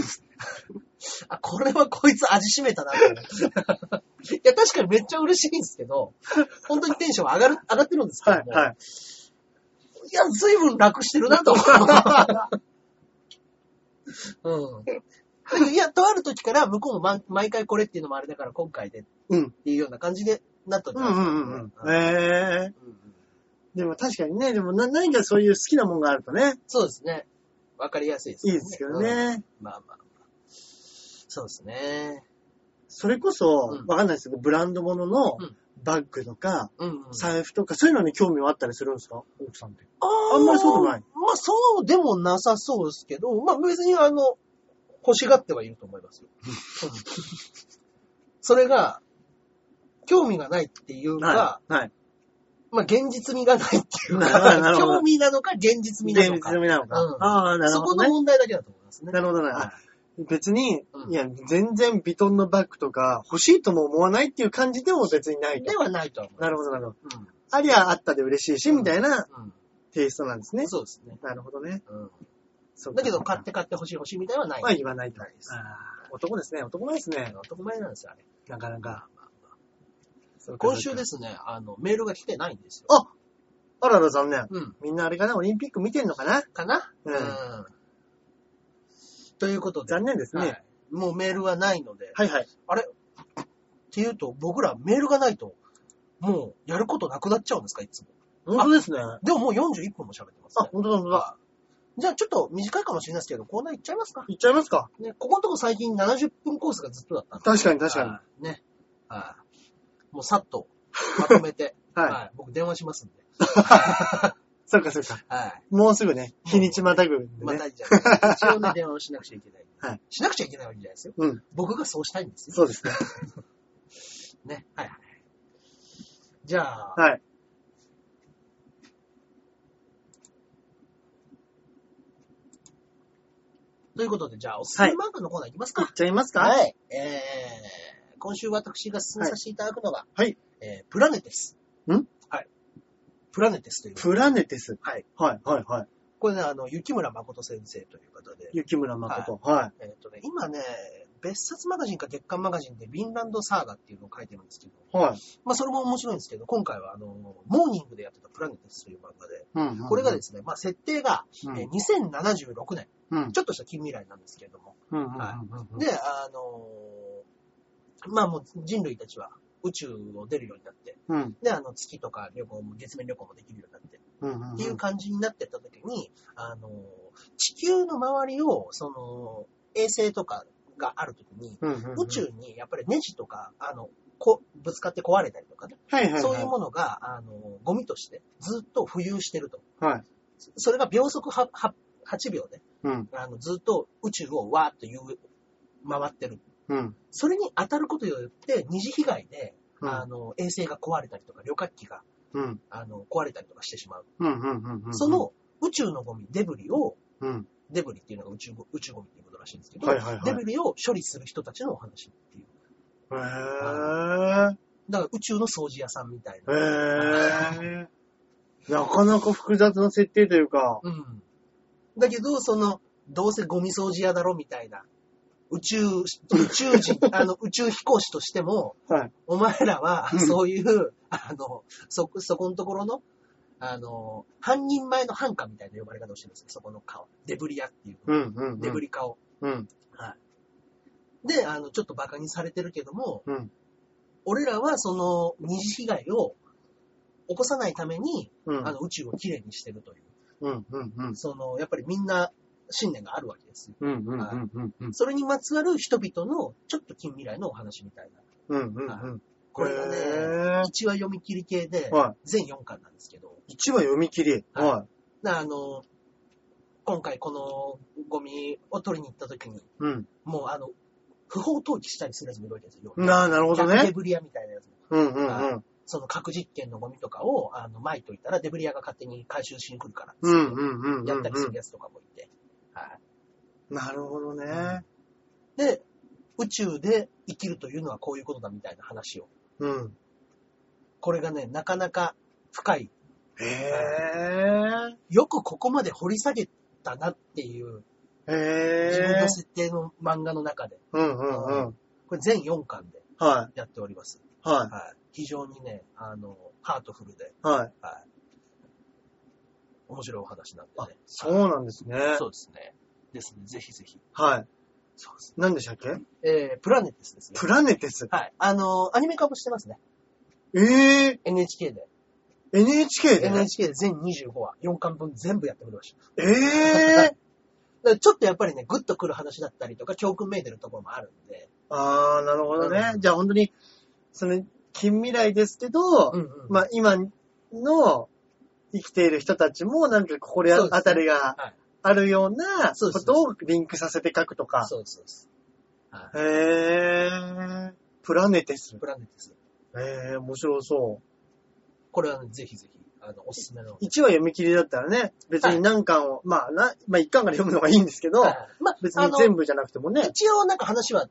Speaker 1: あ、これはこいつ味しめたなと思 って。いや、確かにめっちゃ嬉しいんですけど、本当にテンション上がる、上がってるんですけ
Speaker 2: は
Speaker 1: ど
Speaker 2: い
Speaker 1: も、
Speaker 2: はい。
Speaker 1: いや、 随分楽してるなと思う。うん。いや、とある時から向こうもま毎回これっていうのもあれだから今回でっ
Speaker 2: うん。
Speaker 1: ていうような感じでなったんじ
Speaker 2: う
Speaker 1: ゃ
Speaker 2: んう
Speaker 1: ないですかね。
Speaker 2: んうんうん。ええ
Speaker 1: うんうん
Speaker 2: でも確かにね、でもな何かそういう好きなもんがあるとね、
Speaker 1: そうですね。わかりやすいです
Speaker 2: いいですけどね。
Speaker 1: うんまあまあまあ。そうですね。
Speaker 2: それこそ
Speaker 1: う、ん
Speaker 2: わかんないですけど、ブランド物の
Speaker 1: うん
Speaker 2: バッグとか、
Speaker 1: うん、うん。
Speaker 2: 財布とか、そういうのに興味はあったりするんですか奥さんって。
Speaker 1: あー
Speaker 2: あんまりそうでもない。
Speaker 1: まあ、そうでもなさそうですけど、まあ別にあの、欲しがってはいると思いますよ。うんそれが、興味がないっていうか、
Speaker 2: はい。はい。
Speaker 1: まあ現実味がないっていう
Speaker 2: な
Speaker 1: か、
Speaker 2: るほど
Speaker 1: 興味なのか現実味な
Speaker 2: 現
Speaker 1: のか
Speaker 2: 実。味なのか。
Speaker 1: うん
Speaker 2: ああ、なる
Speaker 1: そ
Speaker 2: ほ
Speaker 1: こ
Speaker 2: ど
Speaker 1: の
Speaker 2: ね。
Speaker 1: 問題だけだと思いますね。
Speaker 2: なるほどね。あ別に、
Speaker 1: うん
Speaker 2: いや、全然ビトンのバッグとか欲しいとも思わないっていう感じでも別にないと
Speaker 1: で。はないとは思います。
Speaker 2: なるほど、なるほど。
Speaker 1: ほど。
Speaker 2: ありゃあったで嬉しいし、みたいな
Speaker 1: うん。
Speaker 2: テイストなんですね。
Speaker 1: そうですね。
Speaker 2: なるほどね。
Speaker 1: う。
Speaker 2: そうんか
Speaker 1: だけど、買って買って欲しい欲しいみたいはない。
Speaker 2: は言わないと。
Speaker 1: ないです
Speaker 2: あー男ですね。男前ですね。
Speaker 1: 男前なんですよ、あれ。
Speaker 2: なかなか。そうか
Speaker 1: 今週。ですね、あの、メールが来てないんですよ。
Speaker 2: あらら、残念。
Speaker 1: うん。
Speaker 2: みんなあれかなオリンピック見てんのかな
Speaker 1: かな
Speaker 2: うん
Speaker 1: ん。ということで。
Speaker 2: 残念ですね。
Speaker 1: はいもうメールはないので。
Speaker 2: はいはい。
Speaker 1: っていうと、僕らメールがないと、もうやることなくなっちゃうんですか、いつも。
Speaker 2: 本当ですね。
Speaker 1: でももう41分も喋ってます
Speaker 2: あ
Speaker 1: ね、。
Speaker 2: 本当だ、本当だ。
Speaker 1: じゃあちょっと短いかもしれないですけど、コーナー行っちゃいますか。
Speaker 2: 行っちゃいますか
Speaker 1: ね、ここのとこ最近70分コースがずっとだったんで
Speaker 2: 確かに確かに。
Speaker 1: に。ね。はい。もうさっとまとめて、
Speaker 2: はい。
Speaker 1: い。僕電話しますんで。
Speaker 2: そうかそうか。
Speaker 1: はい。
Speaker 2: もうすぐね、日にちまたぐんで
Speaker 1: ま
Speaker 2: ね。
Speaker 1: たじゃあ、一応ね、電話をしなくちゃいけない。
Speaker 2: はい。
Speaker 1: しなくちゃいけないわけじゃないですよ。
Speaker 2: うん。
Speaker 1: 僕がそうしたいんですよ。
Speaker 2: そうですね。
Speaker 1: ね。はいはい。じゃあ、
Speaker 2: はい。
Speaker 1: ということで、じゃあ、おすすめマークのコーナーいきます
Speaker 2: 行
Speaker 1: か。
Speaker 2: っちゃいますか
Speaker 1: はい。えー、今週私が進めさせていただくのが、
Speaker 2: はいはい。
Speaker 1: えー、プラネテス。
Speaker 2: ん
Speaker 1: はい。プラネテスという。
Speaker 2: プラネテス。
Speaker 1: はい。
Speaker 2: はい、はい、はい。
Speaker 1: これね、あの、雪村誠先生という方で、
Speaker 2: 雪村誠。は
Speaker 1: えっ、とね、今ね、別冊マガジンか月刊マガジンで、ビンランドサーガっていうのを書いてるんですけど、
Speaker 2: い。はい。
Speaker 1: まあ、それも面白いんですけど、今回は、あの、モーニングでやってたプラネテスという漫画で、
Speaker 2: うんうんうん
Speaker 1: これがですね、まあ、設定が、
Speaker 2: うん
Speaker 1: えー2076年、
Speaker 2: うん。
Speaker 1: ちょっとした近未来なんですけれども、
Speaker 2: うんうん
Speaker 1: は
Speaker 2: うん
Speaker 1: で、あのーまあもう人類たちは宇宙を出るようになって、
Speaker 2: うん。うん
Speaker 1: で、あの月とか旅行も、月面旅行もできるようになって、
Speaker 2: うん。
Speaker 1: っていう感じになってった時に、あのー地球の周りを、その、衛星とかがある時に、
Speaker 2: うんうんうん
Speaker 1: 宇宙にやっぱりネジとか、あの、こぶつかって壊れたりとかね、
Speaker 2: はいはいはい。
Speaker 1: そういうものが、あのーゴミとしてずっと浮遊してると。
Speaker 2: はい。
Speaker 1: それが秒速はは8秒で、
Speaker 2: うん。
Speaker 1: あのずっと宇宙をわーっと言う回ってる。
Speaker 2: うん。
Speaker 1: それに当たることによって、二次被害で、
Speaker 2: うん
Speaker 1: あの、衛星が壊れたりとか、旅客機が、
Speaker 2: うん。
Speaker 1: あの、壊れたりとかしてしまう。
Speaker 2: うん。うんうん。うん
Speaker 1: そ、の、宇宙のゴミ、デブリを、
Speaker 2: うん。
Speaker 1: デブリっていうのが宇宙ゴ宇宙ゴミっていうことらしいんですけど、
Speaker 2: はいはいはい
Speaker 1: デブリを処理する人たちのお話っていう。
Speaker 2: へぇ
Speaker 1: だから宇宙の掃除屋さんみたい
Speaker 2: ー。
Speaker 1: な。
Speaker 2: へぇー。なかなか複雑な設定というか、
Speaker 1: うん。だけど、その、どうせゴミ掃除屋だろみたいな。宇宙、宇 宙人、あの、宇宙飛行士としても、
Speaker 2: はい。
Speaker 1: お前らは
Speaker 2: うん、
Speaker 1: そういう、あの、そ、そこのところの、あの、半人前の半家みたいな呼ばれ方をしてるんですよ、そこの顔。デブリ屋っていう。
Speaker 2: うん。うん。
Speaker 1: デブリ顔。
Speaker 2: うん。
Speaker 1: で、あの、ちょっと馬鹿にされてるけども、
Speaker 2: うん。
Speaker 1: 俺らはその二次被害を起こさないために、
Speaker 2: うん。
Speaker 1: あの、宇宙をきれいにしてるという。
Speaker 2: うん。うん。うん。
Speaker 1: その、やっぱりみんな信念があるわけですよ。
Speaker 2: うん。うん。うん。うん。うん。
Speaker 1: それにまつわる人々のちょっと近未来のお話みたいな。
Speaker 2: うん。うん。
Speaker 1: これがね、
Speaker 2: へー
Speaker 1: 1話読み切り系で、
Speaker 2: は
Speaker 1: 全4巻なんですけど、
Speaker 2: い。1話読み切り。は
Speaker 1: なあの、今回このゴミを取りに行った時に、
Speaker 2: い。うん。
Speaker 1: もうあの、不法投棄したりするやつもいるわけですよ。
Speaker 2: なあ、なるほど
Speaker 1: 逆デ
Speaker 2: ね。
Speaker 1: ブリ屋みたいなやつも。
Speaker 2: うん。うん。う
Speaker 1: は
Speaker 2: ん。
Speaker 1: その核実験のゴミとかを、あの、撒いといたらデブリ屋が勝手に回収しに来るからっつって
Speaker 2: うん。うん。うん。
Speaker 1: やったりするやつとかもいて。はい
Speaker 2: なるほどね。
Speaker 1: で、宇宙で生きるというのはこういうことだみたいな話を。
Speaker 2: うん。
Speaker 1: これがね、なかなか深い。
Speaker 2: へぇ
Speaker 1: よくここまで掘り下げたなっていう、
Speaker 2: ー。へ
Speaker 1: 自分
Speaker 2: ぇー
Speaker 1: の。設定の漫画の中で。
Speaker 2: うん。うん。うん。
Speaker 1: これ全4巻で
Speaker 2: は
Speaker 1: やっております。
Speaker 2: い。は
Speaker 1: はい。非常にね、あの、ハートフルで、
Speaker 2: い。はい。
Speaker 1: はい。面白いお話なんでね。
Speaker 2: そうなんですね。
Speaker 1: そうですね。ですね。ぜひぜひ。
Speaker 2: はい。
Speaker 1: そうです。
Speaker 2: 何でしたっけ
Speaker 1: えー、プラネテスですね。
Speaker 2: プラネテス。
Speaker 1: はい。あのーアニメ化もしてますね。
Speaker 2: ええ
Speaker 1: NHK で。
Speaker 2: ー、NHK で
Speaker 1: NHK で全25話、4巻分全部やってくれました。
Speaker 2: ええー、
Speaker 1: だからちょっとやっぱりね、グッとくる話だったりとか、教訓めいてるところもあるんで。
Speaker 2: あー、なるほどね。
Speaker 1: うん
Speaker 2: じゃあ本当に、その、近未来ですけど、
Speaker 1: うんうん
Speaker 2: まあ今の生きている人たちもなんかこれ
Speaker 1: そうですね
Speaker 2: あたりが
Speaker 1: はい
Speaker 2: あるような
Speaker 1: そうで
Speaker 2: こ
Speaker 1: す
Speaker 2: とをリンクさせて書くとか。
Speaker 1: そうです、そうです。
Speaker 2: へー。プラネテス。
Speaker 1: プラネテス。
Speaker 2: へー、面白そう。
Speaker 1: これはね、ぜひぜひ、あの、おすすめの。
Speaker 2: 1話読み切りだったらね、別に何巻を、まあな、まあ1巻から読むのがいいんですけど、
Speaker 1: はいまあ、
Speaker 2: 別
Speaker 1: あ
Speaker 2: に
Speaker 1: の
Speaker 2: 全部じゃなくてもね、
Speaker 1: 一応なんか話は、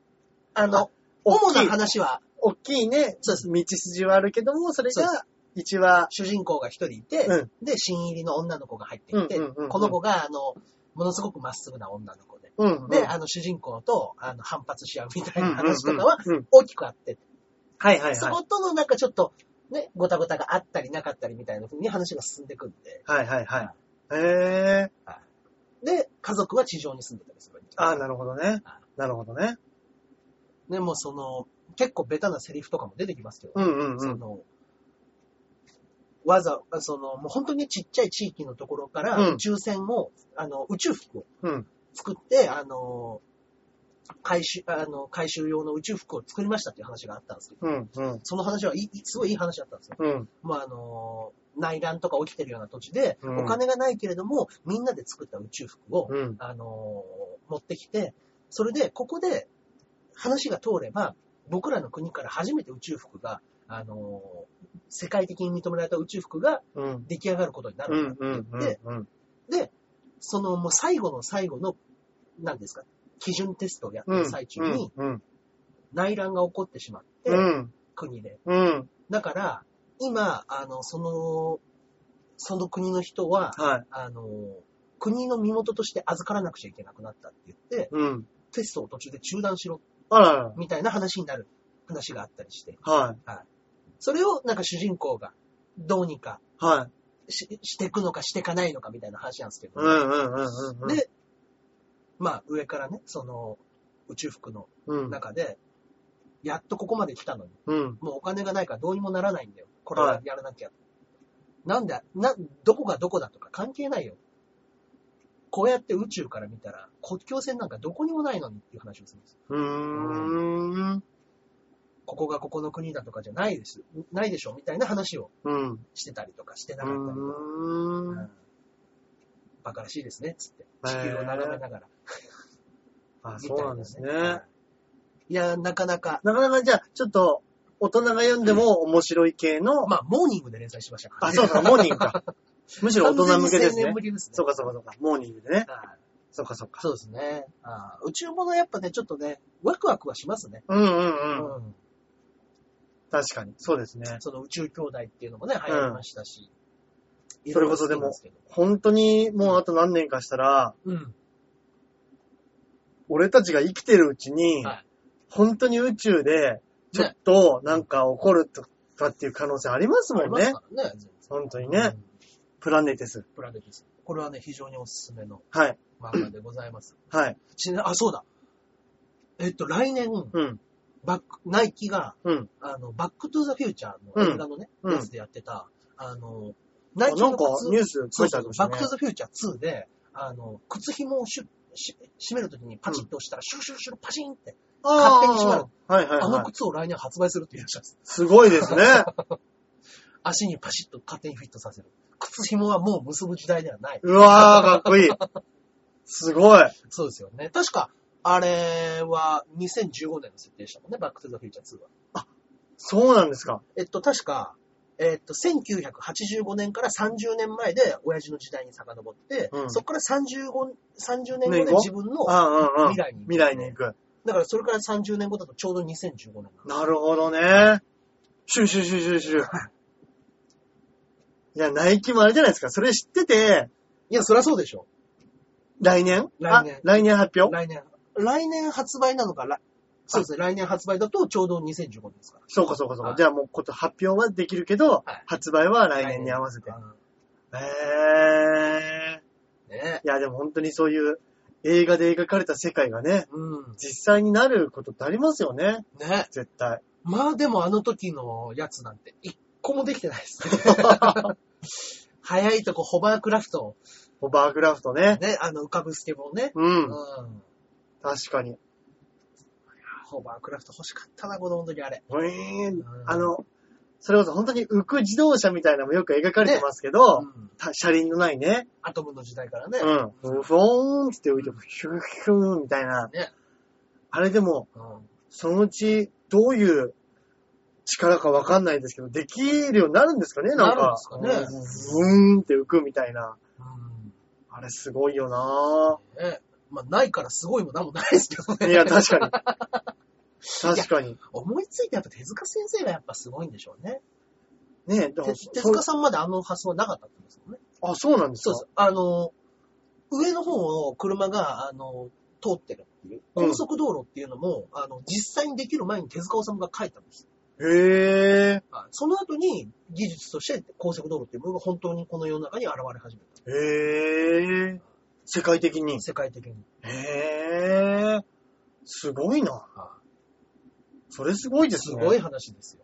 Speaker 1: あ
Speaker 2: あ
Speaker 1: の、
Speaker 2: 大
Speaker 1: 主
Speaker 2: きい
Speaker 1: な、話は、
Speaker 2: 大きいね、
Speaker 1: そ
Speaker 2: 道
Speaker 1: うです
Speaker 2: 筋はあるけども、それ
Speaker 1: そうで
Speaker 2: が1話、
Speaker 1: 主人公が一人いて、
Speaker 2: うん
Speaker 1: で、新入りの女の子が入ってきて、
Speaker 2: うんうんうんうん
Speaker 1: この子が、あの、ものすごくまっすぐな女の子で、
Speaker 2: うん、うん
Speaker 1: で、あの、主人公と、あの、反発し合うみたいな話とかは、
Speaker 2: うんうんうんうん
Speaker 1: 大きくあって、
Speaker 2: はいはいはい。
Speaker 1: そことのなんかちょっと、ね、ごたごたがあったりなかったりみたいな風に話が進んでいくんで、
Speaker 2: はいはいはい。へえ。
Speaker 1: で、家族は地上に住んでたりする。
Speaker 2: ああ、なるほどね。なるほどね。
Speaker 1: ね、もうその、結構ベタなセリフとかも出てきますけど、
Speaker 2: うんうんう
Speaker 1: そ
Speaker 2: ん。
Speaker 1: の、わざ、その、もう本当にちっちゃい地域のところから
Speaker 2: うん
Speaker 1: 宇宙船を、あの、宇宙服を
Speaker 2: うん。
Speaker 1: 作って、あの、回収、あの、回収用の宇宙服を作りましたっていう話があったんですけど、
Speaker 2: うんうん。
Speaker 1: その話はいい、すごいいい話だったんですよ。
Speaker 2: うん。
Speaker 1: まあ、あの、内乱とか起きてるような土地で、
Speaker 2: うん
Speaker 1: お金がないけれども、みんなで作った宇宙服を、
Speaker 2: うん。
Speaker 1: あの、持ってきて、それで、ここで話が通れば、僕らの国から初めて宇宙服が、あの、世界的に認められた宇宙服が
Speaker 2: うん。
Speaker 1: 出来上がることにな
Speaker 2: う
Speaker 1: る
Speaker 2: ん
Speaker 1: んだって
Speaker 2: う
Speaker 1: 言っ
Speaker 2: ん
Speaker 1: て、
Speaker 2: うん。
Speaker 1: で、そのもう最後の最後の、何ですか、基準テストをやって
Speaker 2: うん。
Speaker 1: る最中に
Speaker 2: うん。
Speaker 1: 内乱が起こってしまって、
Speaker 2: うん。
Speaker 1: 国で。
Speaker 2: うん。
Speaker 1: だから、今、あの、その、その国の人は、
Speaker 2: はい。
Speaker 1: あの、国の身元として預からなくちゃいけなくなったって言って、
Speaker 2: うん。
Speaker 1: テストを途中で中断しろ、
Speaker 2: あらら。
Speaker 1: みたいな話になる話があったりして、
Speaker 2: は
Speaker 1: それをなんか主人公がどうにか
Speaker 2: い。はい。
Speaker 1: ししていくのかしていかないのかみたいな話なんですけど、
Speaker 2: うんうんうんうん。、
Speaker 1: で、まあ上からね、その宇宙服の
Speaker 2: うん。
Speaker 1: 中で、やっとここまで来たのに、
Speaker 2: うん。
Speaker 1: もうお金がないからどうにもならないんだよ。これはやらなきゃ。なんだ、な、どこがどこだとか関係ないよ。こうやって宇宙から見たら、国境線なんかどこにもないのにっていう話をするんです。
Speaker 2: うーん。
Speaker 1: ここがここの国だとかじゃないです。ないでしょみたいな話を
Speaker 2: うん。
Speaker 1: してたりとかしてなかったりとか。
Speaker 2: うーん。
Speaker 1: バカらしいですね、つって。地球を眺めながら。
Speaker 2: あ、
Speaker 1: み
Speaker 2: そ
Speaker 1: たい
Speaker 2: な
Speaker 1: うなね
Speaker 2: んですね。。
Speaker 1: いやー、なかなか、
Speaker 2: なかなかじゃあ、ちょっと、大人が読んでも面白い系の、
Speaker 1: まあ、モーニングで連載しましたから
Speaker 2: あ、そうか、モーニング か。むしろ大人向けです
Speaker 1: 完全に青
Speaker 2: ね
Speaker 1: 年。向けですね。
Speaker 2: そうか、そうか、そうか。モーニングでね。
Speaker 1: はい
Speaker 2: そうか、そうか。
Speaker 1: そうですね。あー宇宙物はやっぱね、ちょっとね、ワクワクはしますね。
Speaker 2: うんうん
Speaker 1: う
Speaker 2: うん。確かに。そうですね。
Speaker 1: その宇宙兄弟っていうのもね、流行りましたし。
Speaker 2: それこそでも
Speaker 1: いろいろ好きなんすけど。
Speaker 2: 本当にもうあと何年かしたら、
Speaker 1: うん。
Speaker 2: 俺たちが生きてるうちに、
Speaker 1: はい
Speaker 2: 本当に宇宙で、ちょっとなんか起こるとかっていう可能性あります
Speaker 1: あ
Speaker 2: も
Speaker 1: り
Speaker 2: ん
Speaker 1: ます
Speaker 2: ね。
Speaker 1: からね。全
Speaker 2: 本当に
Speaker 1: 然
Speaker 2: ね。プラネテス。
Speaker 1: うんプラネティス。これはね、非常におすすめの
Speaker 2: はい。
Speaker 1: 漫画でございます。
Speaker 2: はい。
Speaker 1: ちなあ、そうだ。えっと、来年、
Speaker 2: うん。
Speaker 1: バック、ナイキが、
Speaker 2: うん。
Speaker 1: あの、バックトゥーザフューチャーの映画のね、
Speaker 2: うん
Speaker 1: やつでやってた、あの、ナ
Speaker 2: あ
Speaker 1: イキ
Speaker 2: な
Speaker 1: の
Speaker 2: んか
Speaker 1: 靴
Speaker 2: ニュース書
Speaker 1: そう
Speaker 2: いてあ
Speaker 1: そう
Speaker 2: りました
Speaker 1: バック
Speaker 2: ね
Speaker 1: トゥ。ザフューチャー2で、あの、靴紐をしゅし締めるときにパチッと押したら、シュルシュルシュルパチンって、
Speaker 2: あー
Speaker 1: 勝手に閉まる。
Speaker 2: はいはい
Speaker 1: あの
Speaker 2: はい。
Speaker 1: 靴を来年発売するって言い出したんです。
Speaker 2: すごいです ね。
Speaker 1: 足にパシッと勝手にフィットさせる。靴紐はもう結ぶ時代ではない。
Speaker 2: うわー、かっこいい。すごい。
Speaker 1: そうですよね。確か、あれは2015年の設定でしたもんね、バックトゥザフューチャー2は。
Speaker 2: そうなんですか。
Speaker 1: えっと、確か、えっと、1985年から30年前で親父の時代に遡って、
Speaker 2: うん
Speaker 1: そこから35、30年後
Speaker 2: 年
Speaker 1: で
Speaker 2: 後
Speaker 1: 自分の
Speaker 2: あうんうん。
Speaker 1: 未来に行く
Speaker 2: 未来に行く。
Speaker 1: だからそれから30年後だとちょうど2015年なんです
Speaker 2: なるほどね。シュシュシュシュシュ。いや、ナイキもあれじゃないですか。それ知ってて、
Speaker 1: いや、そりゃそうでしょ。
Speaker 2: 来年
Speaker 1: 来年
Speaker 2: あ来年発表
Speaker 1: 来年。来年発売なのか、らそうですね、来年発売だとちょうど2015年ですから。
Speaker 2: そうかそうかそう
Speaker 1: は
Speaker 2: か。
Speaker 1: い
Speaker 2: じゃあもうこと発表はできるけど
Speaker 1: はい、
Speaker 2: 発売は来年に合わせて。へ
Speaker 1: う
Speaker 2: ー。
Speaker 1: んね
Speaker 2: いや、でも本当にそういう映画で描かれた世界がね、
Speaker 1: うん。
Speaker 2: 実際になることってありますよね。
Speaker 1: ね。
Speaker 2: 絶対。
Speaker 1: まあでもあの時のやつなんて一個もできてないですね。 早いとこホバークラフト、
Speaker 2: ホバークラフトね。
Speaker 1: ね、あの浮かぶスケボーね。
Speaker 2: う。
Speaker 1: うんん。
Speaker 2: 確かに。
Speaker 1: ホバークラフト欲しかったな、子供の時あれ。
Speaker 2: ウィーン
Speaker 1: うん
Speaker 2: あの、それこそ本当に浮く自動車みたいなのもよく描かれてますけど、
Speaker 1: うん。
Speaker 2: た車輪のないね。
Speaker 1: アトムの時代からね。
Speaker 2: うん。ふおーんって浮いて、ヒューヒューンみたいな。
Speaker 1: ね
Speaker 2: あれでも、
Speaker 1: うん。
Speaker 2: そのうちどういう力かわかんないですけど、できるようになるんですかねなんか。
Speaker 1: な
Speaker 2: う
Speaker 1: るんで
Speaker 2: んブーンって浮くみたいな。
Speaker 1: うん。
Speaker 2: あれすごいよな
Speaker 1: ね。まあないからすごいもなんもないですけど
Speaker 2: ぁ。
Speaker 1: ね。
Speaker 2: いや、確かに。確かに。
Speaker 1: 思いついてやっぱ手塚先生がやっぱすごいんでしょうね。
Speaker 2: ねえ、だから
Speaker 1: 手手塚さんまであの発想はなかったってことですもんね。
Speaker 2: あ、そうなんです
Speaker 1: そ
Speaker 2: か
Speaker 1: うです。あの、上の方を車が、あの、通ってるっていう、
Speaker 2: うん
Speaker 1: 高速道路っていうのも、あの、実際にできる前に手塚治虫が書いたんです。
Speaker 2: へえ、
Speaker 1: はいその後に技術として高速道路っていうものが本当にこの世の中に現れ始めた。
Speaker 2: へえ、世界的に。
Speaker 1: 世界的に。
Speaker 2: へえ、すごいな。
Speaker 1: は
Speaker 2: それすごい
Speaker 1: い
Speaker 2: です
Speaker 1: す
Speaker 2: ね。
Speaker 1: ごい
Speaker 2: い
Speaker 1: 話ですよ。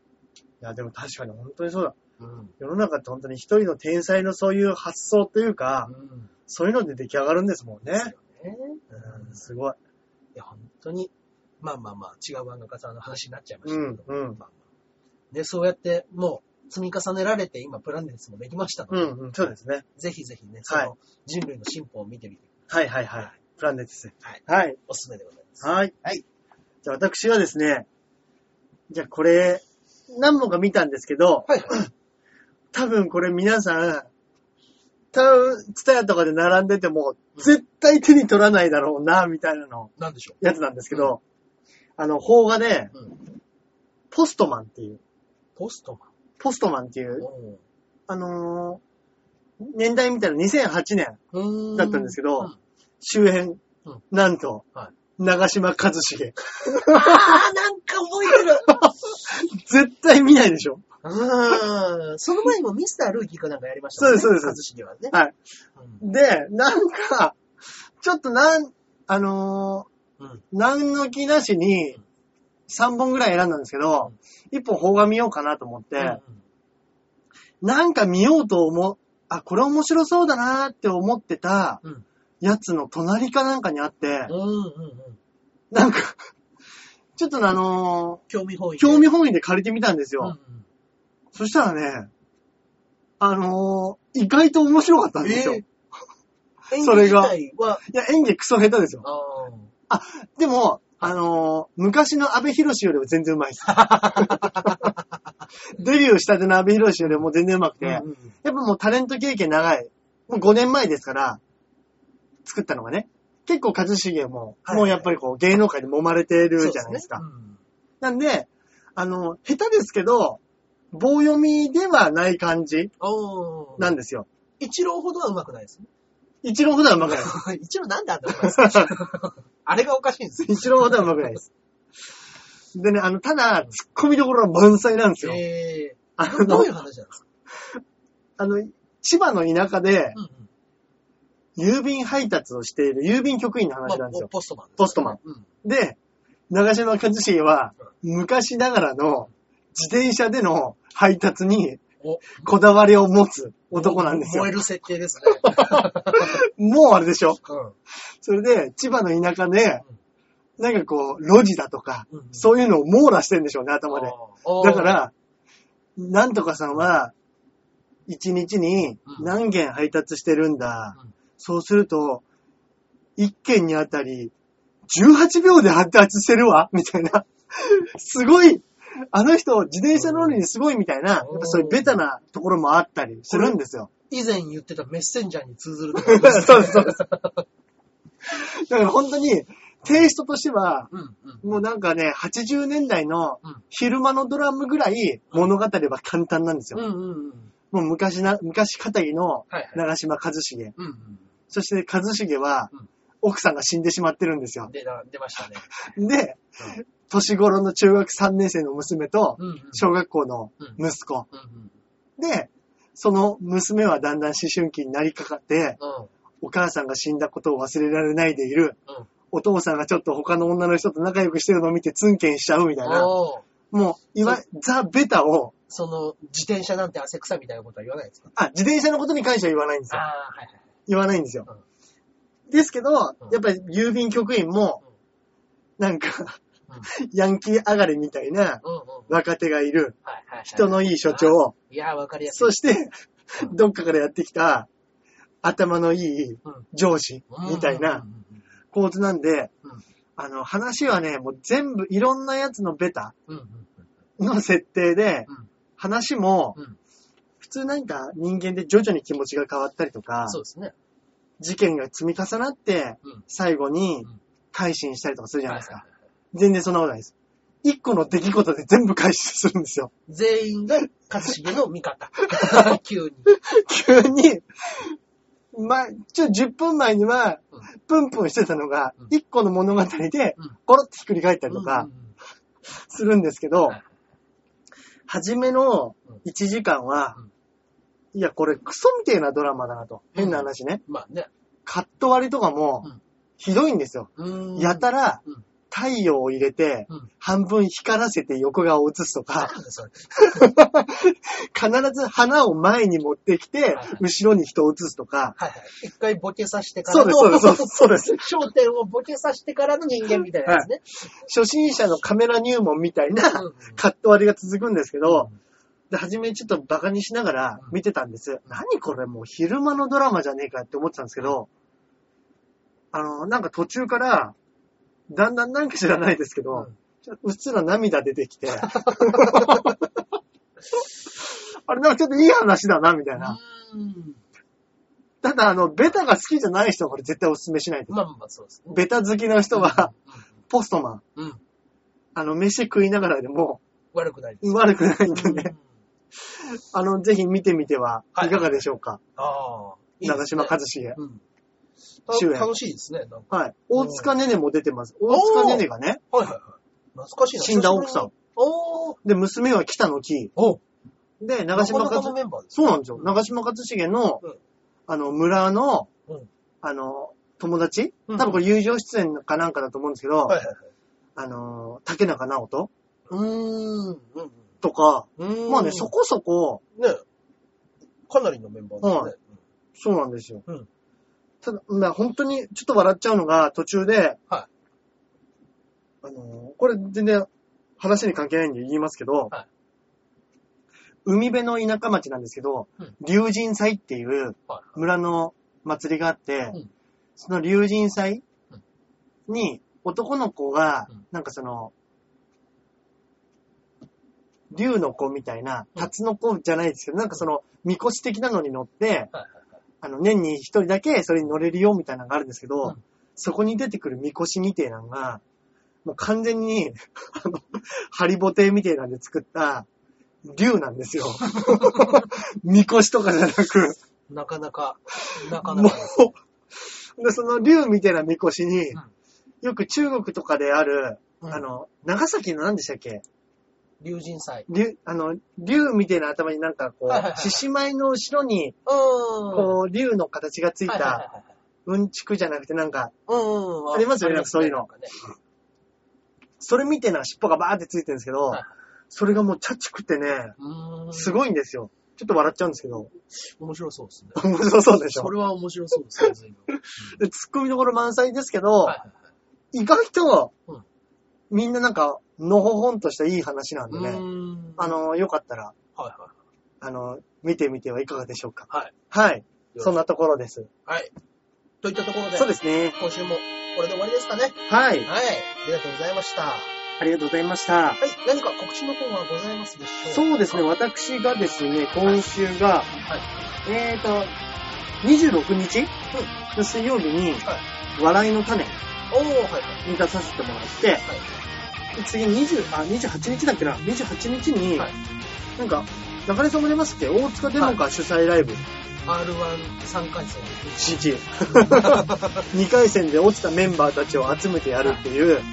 Speaker 2: や、でも確かに本当にそうだ。
Speaker 1: うん。
Speaker 2: 世の中って本当に一人の天才のそういう発想というか、
Speaker 1: うん。
Speaker 2: そういうので出来上がるんですもん
Speaker 1: ですよ
Speaker 2: ね。
Speaker 1: ね。う
Speaker 2: うんん、すごい。
Speaker 1: いや、本当に、まあまあまあ、違う漫画家さんの話になっちゃいましたけど、
Speaker 2: うんうん
Speaker 1: まあまあで、そうやって、もう、積み重ねられて、今、プラネテスもできましたの
Speaker 2: う
Speaker 1: で、
Speaker 2: ん、うん、そうですね。
Speaker 1: ぜひぜひね、そ
Speaker 2: はい
Speaker 1: の、人類の進歩を見てみて、
Speaker 2: はいはいはい。プランネットですね。
Speaker 1: はい
Speaker 2: はい。
Speaker 1: おすすめでございます。
Speaker 2: はい。
Speaker 1: はい。
Speaker 2: じゃあ私はですね、じゃあこれ、何本か見たんですけど、
Speaker 1: はいはい。
Speaker 2: 多分これ皆さん、多分、ツタヤとかで並んでても、絶対手に取らないだろうな、みたいなの、
Speaker 1: なんでしょ
Speaker 2: やつなんですけど、あの、邦画で、
Speaker 1: う。うん。
Speaker 2: ポストマンっていう、
Speaker 1: ポストマン。
Speaker 2: ポストマンっていう、
Speaker 1: お
Speaker 2: あのー年代みたいな2008年
Speaker 1: うー
Speaker 2: だったんですけど
Speaker 1: うん
Speaker 2: 周辺、
Speaker 1: うん
Speaker 2: なんと、
Speaker 1: は
Speaker 2: 長島一茂。
Speaker 1: あー、なんか覚えて る
Speaker 2: 絶対見ないでしょ
Speaker 1: うーん。その前にもミスタールーキーかなんかやりました。
Speaker 2: そうですそうです
Speaker 1: 一茂はね。
Speaker 2: はい。
Speaker 1: うん
Speaker 2: で、なんか、ちょっとなん、あの
Speaker 1: うん。
Speaker 2: ー、何の気なしに、3本ぐらい選んだんですけど、1本邦画見ようかなと思って、なんか見ようと思う、あ、これ面白そうだなーって思ってた
Speaker 1: うん、
Speaker 2: やつの隣かなんかにあって
Speaker 1: う、んうんうん。
Speaker 2: なんか、ちょっとねあの
Speaker 1: 興味本
Speaker 2: ー
Speaker 1: 位で。
Speaker 2: 興味本位で借りてみたんです
Speaker 1: うんう
Speaker 2: よ。
Speaker 1: ん。
Speaker 2: そしたらね、あのー、意外と面白かったんですよ。
Speaker 1: え
Speaker 2: い
Speaker 1: え
Speaker 2: それが
Speaker 1: 演技自体は、
Speaker 2: や、演技クソ下手ですよ。
Speaker 1: あー
Speaker 2: でも、あのー昔の安部博よりも全然うまい です。デビューしたての安部博よりも全然うまくて、やっ
Speaker 1: うん
Speaker 2: ぱもうタレント経験長い。もう5年前ですから、作ったのがね。結構一茂も、
Speaker 1: はい
Speaker 2: もうやっぱりこう芸能界で揉まれてるじゃないですか。
Speaker 1: そうね
Speaker 2: なんで、あの、下手ですけど、棒読みではない感じ
Speaker 1: うんおー
Speaker 2: なんですよ。
Speaker 1: 一郎ほどは上手くないですね。
Speaker 2: 一郎ほどはうまくないです。
Speaker 1: 一郎なんであんな上手いん ですかあれがおかしいんですよ。
Speaker 2: 一郎ほどはうまくないです。でね、あの、ただ、突っ込みどころは満載なんですよ。
Speaker 1: え
Speaker 2: あ
Speaker 1: ー、ど
Speaker 2: の
Speaker 1: ういう、話なんですか
Speaker 2: あの、千葉の田舎で
Speaker 1: う、んうん
Speaker 2: 郵便配達をしている郵便局員の話
Speaker 1: ま
Speaker 2: な
Speaker 1: あ
Speaker 2: んですよ。
Speaker 1: ポストマンですね。
Speaker 2: ポストマン
Speaker 1: うん。
Speaker 2: で、長島一茂は、昔ながらの自転車での配達に
Speaker 1: お
Speaker 2: こだわりを持つ男なんですよ
Speaker 1: 燃え。る設定ですね。
Speaker 2: もうあれでしょ
Speaker 1: うん
Speaker 2: それで、千葉の田舎で
Speaker 1: うん、
Speaker 2: なんかこう、路地だとか、
Speaker 1: うんうん
Speaker 2: そういうのを網羅してんでしょうね、頭で。だか、ら、なんとかさんは、一日に何件配達してるんだ。
Speaker 1: うん
Speaker 2: そうすると、一件にあたり、18秒で配達してるわ みたいな。すごいあの人、自転車乗るにすごいみたいな、やっ
Speaker 1: うん
Speaker 2: ぱそういうベタなところもあったりするんですよ。
Speaker 1: 以前言ってたメッセンジャーに通ずると
Speaker 2: そ
Speaker 1: こ
Speaker 2: うですそうですだから本当に、テイストとしては、
Speaker 1: うんうん。
Speaker 2: もうなんかね、80年代の
Speaker 1: うん
Speaker 2: 昼間のドラムぐらい物語は簡単なんですよ
Speaker 1: う。んうんうん。
Speaker 2: もう昔な、昔語りの
Speaker 1: はいはい。
Speaker 2: 長島一茂。
Speaker 1: うんうん
Speaker 2: そして一茂は
Speaker 1: うん、
Speaker 2: 奥さんが死んでしまってるんですよ。
Speaker 1: でな出ましたね。
Speaker 2: で、年頃の中学3年生の娘と、
Speaker 1: うんうん。
Speaker 2: 小学校の息子。
Speaker 1: うんうん
Speaker 2: で、その娘はだんだん思春期になりかかって、
Speaker 1: うん
Speaker 2: お母さんが死んだことを忘れられないでいる。
Speaker 1: うん
Speaker 2: お父さんがちょっと他の女の人と仲良くしてるのを見てツンケンしちゃうみたいな。
Speaker 1: おー
Speaker 2: もう、いわゆるザ・ベタを、
Speaker 1: その、自転車なんて汗臭いみたいなことは言わないですか
Speaker 2: あ、自転車のことに関しては言わないんです
Speaker 1: あ
Speaker 2: よ。
Speaker 1: あ、はいはい。
Speaker 2: 言わないんですよ。ですけど、やっぱり郵便局員も、なんか、 ヤンキー上がりみたいな
Speaker 1: うんうんうん。はい
Speaker 2: 若手がいる。
Speaker 1: はいはい。
Speaker 2: 人のいい所長。
Speaker 1: いやー、わかりやすい。
Speaker 2: そして、どっかからやってきた、頭のいい
Speaker 1: うん
Speaker 2: 上司
Speaker 1: うん
Speaker 2: みたいな
Speaker 1: うんうん
Speaker 2: 構図なんで
Speaker 1: うん、
Speaker 2: あの、話はね、もう全部いろんなやつのベタ
Speaker 1: うん。うんうんうん
Speaker 2: の設定で
Speaker 1: うん、
Speaker 2: 話も
Speaker 1: うん、
Speaker 2: 普通なんか人間で徐々に気持ちが変わったりとか、
Speaker 1: そうですね。
Speaker 2: 事件が積み重なって
Speaker 1: うん、
Speaker 2: 最後に
Speaker 1: うん
Speaker 2: 改心したりとかするじゃないです
Speaker 1: は
Speaker 2: か
Speaker 1: い。はいはい
Speaker 2: 全然そんなことないです。一個の出来事で全部改心するんですよ。
Speaker 1: 全員が、一茂の味方。急に。
Speaker 2: 急に、ま、ちょ、10分前には
Speaker 1: うん、
Speaker 2: プンプンしてたのが
Speaker 1: うん、
Speaker 2: 1個の物語で
Speaker 1: うん、
Speaker 2: ゴロッとひっくり返ったりと
Speaker 1: う
Speaker 2: か
Speaker 1: んうんうん
Speaker 2: するんですけど
Speaker 1: はい、
Speaker 2: 初めの
Speaker 1: うん
Speaker 2: 1時間は
Speaker 1: うん、
Speaker 2: いや、これクソみたいなドラマだなと。変な話ね。
Speaker 1: まあね。
Speaker 2: カット割りとかも
Speaker 1: うん、
Speaker 2: ひどいんですよ。
Speaker 1: うーん
Speaker 2: やたら
Speaker 1: うん、
Speaker 2: 太陽を入れて
Speaker 1: うん、
Speaker 2: 半分光らせて横顔を映すとか、
Speaker 1: なんだそれ。
Speaker 2: 必ず花を前に持ってきて
Speaker 1: はい、
Speaker 2: 後ろに人を映すとか、
Speaker 1: はいはい。一回ボケさせてか
Speaker 2: そ
Speaker 1: ら
Speaker 2: うです、
Speaker 1: の、
Speaker 2: そうです、そうです。そうです
Speaker 1: 焦点をボケさせてからの人間みたいなやつね。
Speaker 2: 初心者のカメラ入門みたいな
Speaker 1: うんうん
Speaker 2: カット割りが続くんですけど
Speaker 1: うん、
Speaker 2: で、初めちょっとバカにしながら
Speaker 1: うん
Speaker 2: 見てたんです。何これもう昼間のドラマじゃねえかって思ってたんですけど、あの、なんか途中から、だんだんなんか知らないですけ
Speaker 1: う
Speaker 2: ど
Speaker 1: ん、
Speaker 2: ちょっとうっすら涙出てき て、あれなんかちょっといい話だな、みたいな。
Speaker 1: うん
Speaker 2: ただ、あの、ベタが好きじゃない人はこれ絶対おすすめしないです。
Speaker 1: まあまあまあ、そうですね。
Speaker 2: ベタ好きの人は、ポストマン。
Speaker 1: うん、うん。
Speaker 2: あの、飯食いながらでも
Speaker 1: 悪くないです。
Speaker 2: 悪くないん
Speaker 1: う
Speaker 2: で
Speaker 1: ん
Speaker 2: ね。あの、ぜひ見てみてはいかがでしょうか。
Speaker 1: ああ。いいですね
Speaker 2: 長島和茂。
Speaker 1: うん
Speaker 2: 主演
Speaker 1: た楽しいですね。なんか
Speaker 2: はい。大塚ねねも出てます。大塚ねねがね、
Speaker 1: はいはいはい。懐かしいな。
Speaker 2: 死んだ奥さん。
Speaker 1: おー。
Speaker 2: で、娘は北野木。
Speaker 1: お
Speaker 2: で、長島
Speaker 1: なかなかの
Speaker 2: 和、
Speaker 1: メンバーです。
Speaker 2: そうなんですよ。長島和茂の
Speaker 1: うん、
Speaker 2: あの、村の
Speaker 1: うん、
Speaker 2: あの、友達
Speaker 1: う
Speaker 2: 多
Speaker 1: ん
Speaker 2: 分これ友情出演かなんかだと思うんですけど
Speaker 1: はい、はいはい。
Speaker 2: あの、竹中直人
Speaker 1: うーん。うん
Speaker 2: とか、
Speaker 1: うん。
Speaker 2: まあね、そこそこ、
Speaker 1: ね。かなりのメンバーですね。
Speaker 2: そうなんですよ。
Speaker 1: うん
Speaker 2: ただ、まあ、本当にちょっと笑っちゃうのが途中で、
Speaker 1: は
Speaker 2: あのーこれ全然話に関係ないんで言いますけど、
Speaker 1: はい
Speaker 2: 海辺の田舎町なんですけど、
Speaker 1: うん
Speaker 2: 竜神祭っていう
Speaker 1: は
Speaker 2: 村の祭りがあって、
Speaker 1: うん
Speaker 2: その竜神祭
Speaker 1: うん
Speaker 2: に男の子が
Speaker 1: うん、
Speaker 2: なんかその、竜の子みたいな、タツの子じゃないですけど、なんかその、みこし的なのに乗って、
Speaker 1: はいはい
Speaker 2: あの、年に一人だけそれに乗れるよみたいなのがあるんですけど、
Speaker 1: うん
Speaker 2: そこに出てくるみこしみてえなのが、もう完全に、あの、ハリボテみてえなんで作った、竜なんですよ。みこしとかじゃなく、
Speaker 1: なかなか、なかな
Speaker 2: も
Speaker 1: かです。
Speaker 2: う、でその竜みてえなみこしに、
Speaker 1: うん
Speaker 2: よく中国とかである、
Speaker 1: うん
Speaker 2: あ、の、長崎の何でしたっけ
Speaker 1: 竜神祭。
Speaker 2: 竜、あの、竜みてえな頭になんかこ
Speaker 1: はいはいは
Speaker 2: う、
Speaker 1: い
Speaker 2: 獅子舞の後ろに、
Speaker 1: うーん。
Speaker 2: こう、竜の形がつ
Speaker 1: う
Speaker 2: いた、。うんちくじゃなくてなんか、
Speaker 1: うんうん。
Speaker 2: ありますよね
Speaker 1: あ
Speaker 2: なんかそういうの
Speaker 1: なんかね
Speaker 2: それみてえな尻尾がバーってついてるんですけど
Speaker 1: はい、
Speaker 2: それがもうチャチくてね、
Speaker 1: うーん。
Speaker 2: すごいんですよ。ちょっと笑っちゃうんですけど、
Speaker 1: 面白そうですね。
Speaker 2: 面白そうでし
Speaker 1: そ
Speaker 2: ょ。
Speaker 1: れは面白そうですね、随分。
Speaker 2: でツッコミどころ満載ですけど、
Speaker 1: はいはい
Speaker 2: 意外と
Speaker 1: うん、
Speaker 2: みんななんか、のほほんとしたいい話なんで
Speaker 1: う
Speaker 2: ね、
Speaker 1: ーん
Speaker 2: あ、の、よかったら、
Speaker 1: はいは
Speaker 2: あの、見てみてはいかがでしょうか。
Speaker 1: はい。
Speaker 2: はい。
Speaker 1: い。
Speaker 2: そんなところです。
Speaker 1: はい。といったところで、
Speaker 2: そうですね。
Speaker 1: 今週もこれで終わりですかね。
Speaker 2: はい。
Speaker 1: はい。ありがとうございました。は
Speaker 2: ありがとうございました。
Speaker 1: い。何か告知の方はございますでしょうか
Speaker 2: そうですね、。私がですね、今週が、
Speaker 1: はい。
Speaker 2: えーと、26日の水曜日に、笑いの種
Speaker 1: おー、はいはい。
Speaker 2: に出させてもらって、
Speaker 1: はい。
Speaker 2: で次20、あ、28日だっけな ?28 日に、
Speaker 1: はい
Speaker 2: なんか、中根さんも出ますっけ大塚デモカ主催ライブ、
Speaker 1: R13 回戦。
Speaker 2: 1日。2回戦で落ちたメンバーたちを集めてやるっていう、
Speaker 1: はい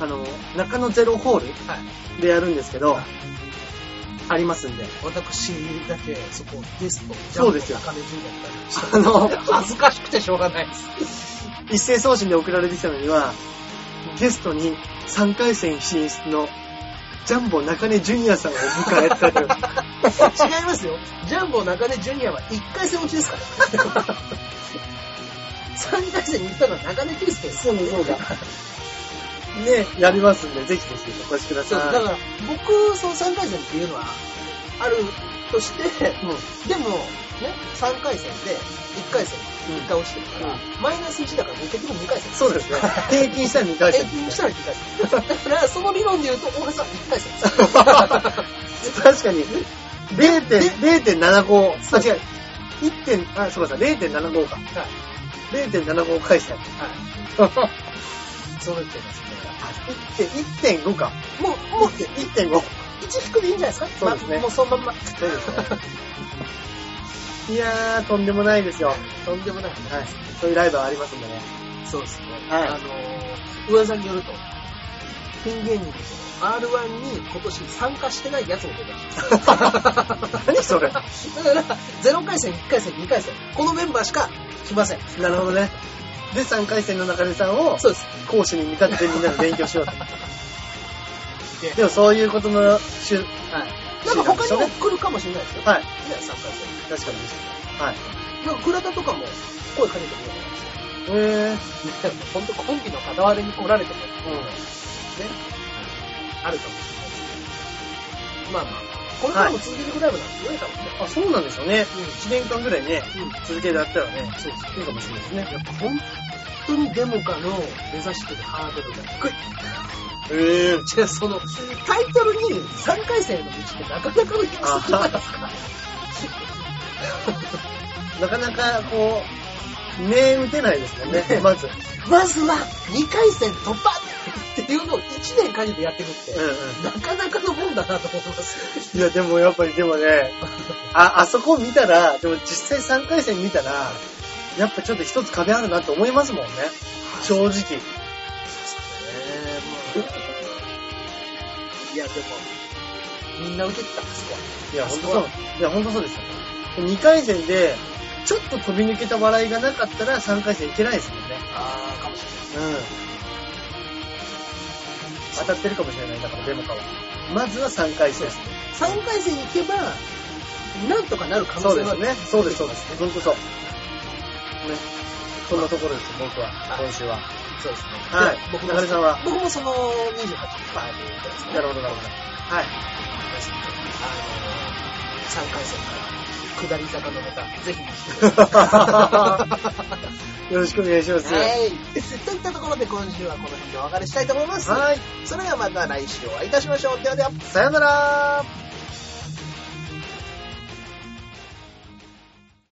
Speaker 2: あの、中野ゼロホール
Speaker 1: は
Speaker 2: でやるんですけど、ありますんで。
Speaker 1: 私だけ、そこ、ゲスト、
Speaker 2: そうですよ
Speaker 1: ジャンボ中根純だったりして
Speaker 2: あ の、
Speaker 1: 恥ずかしくてしょうがないです。
Speaker 2: 一斉送信で送られてきたのには、ゲストに3回戦進出のジャンボ中根ジュニアさんを迎えた という。
Speaker 1: 違いますよ。ジャンボ中根ジュニアは1回戦落ちですから。3回戦に行ったのは中根圭介です。
Speaker 2: そうだそうだ。ね、やりますんで、ぜひぜひお越しくだ
Speaker 1: そう
Speaker 2: さ
Speaker 1: だ
Speaker 2: い。
Speaker 1: から、僕、その3回戦っていうのは、あるとして、
Speaker 2: うん
Speaker 1: でも、ね、3回戦で、1回戦、1回落ちてるから、マイナス1だから、結局2回戦。
Speaker 2: そう ですね。平均したら2回
Speaker 1: 平
Speaker 2: 戦。
Speaker 1: 均したら2回戦。だから、その理論で言うと、大橋さん1回戦 です。
Speaker 2: 確かに、0点0.75、あ、違う、1点、あ、そうか、0.75か。
Speaker 1: はい
Speaker 2: 0.75回戦。
Speaker 1: はい。
Speaker 2: 1.5
Speaker 1: そうなっちゃいますね。
Speaker 2: か。
Speaker 1: もう、もう、
Speaker 2: 1.5。
Speaker 1: 1引くでいいんじゃないですか
Speaker 2: そうですね
Speaker 1: まもうそのまんま。
Speaker 2: そうですいやー、とんでもないですよ。はい。
Speaker 1: とんでもない。
Speaker 2: そういうライブはありますんでね。
Speaker 1: そうですね。
Speaker 2: はい
Speaker 1: あのー、噂によると、ピン芸人の R1 に今年参加してないやつも出てます。
Speaker 2: 何それ
Speaker 1: だから、0回戦、1回戦、2回戦、このメンバーしか来ません。
Speaker 2: なるほどね。で、3回戦の中根さんを
Speaker 1: そうです。
Speaker 2: 講師に見立ててみんなで勉強しようと。
Speaker 1: で
Speaker 2: でもそういうことのしゅ、はい。
Speaker 1: はい。なんか他にも来るかもしれないですよ。
Speaker 2: 確か
Speaker 1: い。ね、3回戦。
Speaker 2: に。はい。
Speaker 1: なんか倉田とかも声かけてくれないです
Speaker 2: えー、
Speaker 1: か。 ほんとコンビの片割れに来られても、ね、
Speaker 2: う
Speaker 1: あるかもしれないですけど。まあまあ、これからも続けていくライブなんですよね、多分ね。
Speaker 2: ん。あ、そうなんですよね。
Speaker 1: うん
Speaker 2: 1年間ぐらいね、
Speaker 1: うん
Speaker 2: 続けてやったらね、
Speaker 1: そうですね。
Speaker 2: いいかもしれないですね。
Speaker 1: やっぱ本当にデモカの目指してるハードルが低い。
Speaker 2: えー、
Speaker 1: じゃあその、タイトルに3回戦の道ってなかなかの低さじゃないですか。
Speaker 2: なかなかこう、目打てないですもんね
Speaker 1: ね、
Speaker 2: まず。
Speaker 1: まずは2回戦突破っていうのを1年かけてやっていくって、
Speaker 2: うんうん
Speaker 1: なかなかのもんだなと思います。
Speaker 2: いや、でもやっぱりでもね、あ、あそこ見たら、でも実際3回戦見たら、やっぱちょっと一つ壁あるなって思いますもんね。正直。
Speaker 1: えーもういや、でも、みんな受けてたんです
Speaker 2: い
Speaker 1: よ。
Speaker 2: や、ほんとそう。いや、ほんとそうですよ。2回戦で、ちょっと飛び抜けた笑いがなかったら3回戦いけないですもんね。
Speaker 1: あー、かもしれ
Speaker 2: うん。当たってるかもしれない、だからデモカは。まずは3回戦ですね。
Speaker 1: ない。3回戦行けば、なんとかなる可能
Speaker 2: そうで
Speaker 1: 性はあ
Speaker 2: す
Speaker 1: る
Speaker 2: ね。そうです、そうです。ほんとそう。ね。そんなところです、僕は、今週は。
Speaker 1: そうですね。
Speaker 2: はい
Speaker 1: で僕も
Speaker 2: 中根さんは
Speaker 1: 僕もその28パーでですね。
Speaker 2: なるほど、なるほど。はい。
Speaker 1: あのー、3回戦から、下り坂のネタ、ぜひ見てくだ さい。
Speaker 2: よろしくお願いします。
Speaker 1: はい。といったところで今週はこの辺でお別れしたいと思います。
Speaker 2: はい。
Speaker 1: それではまた来週お会いいたしましょう。ではでは。
Speaker 2: さよなら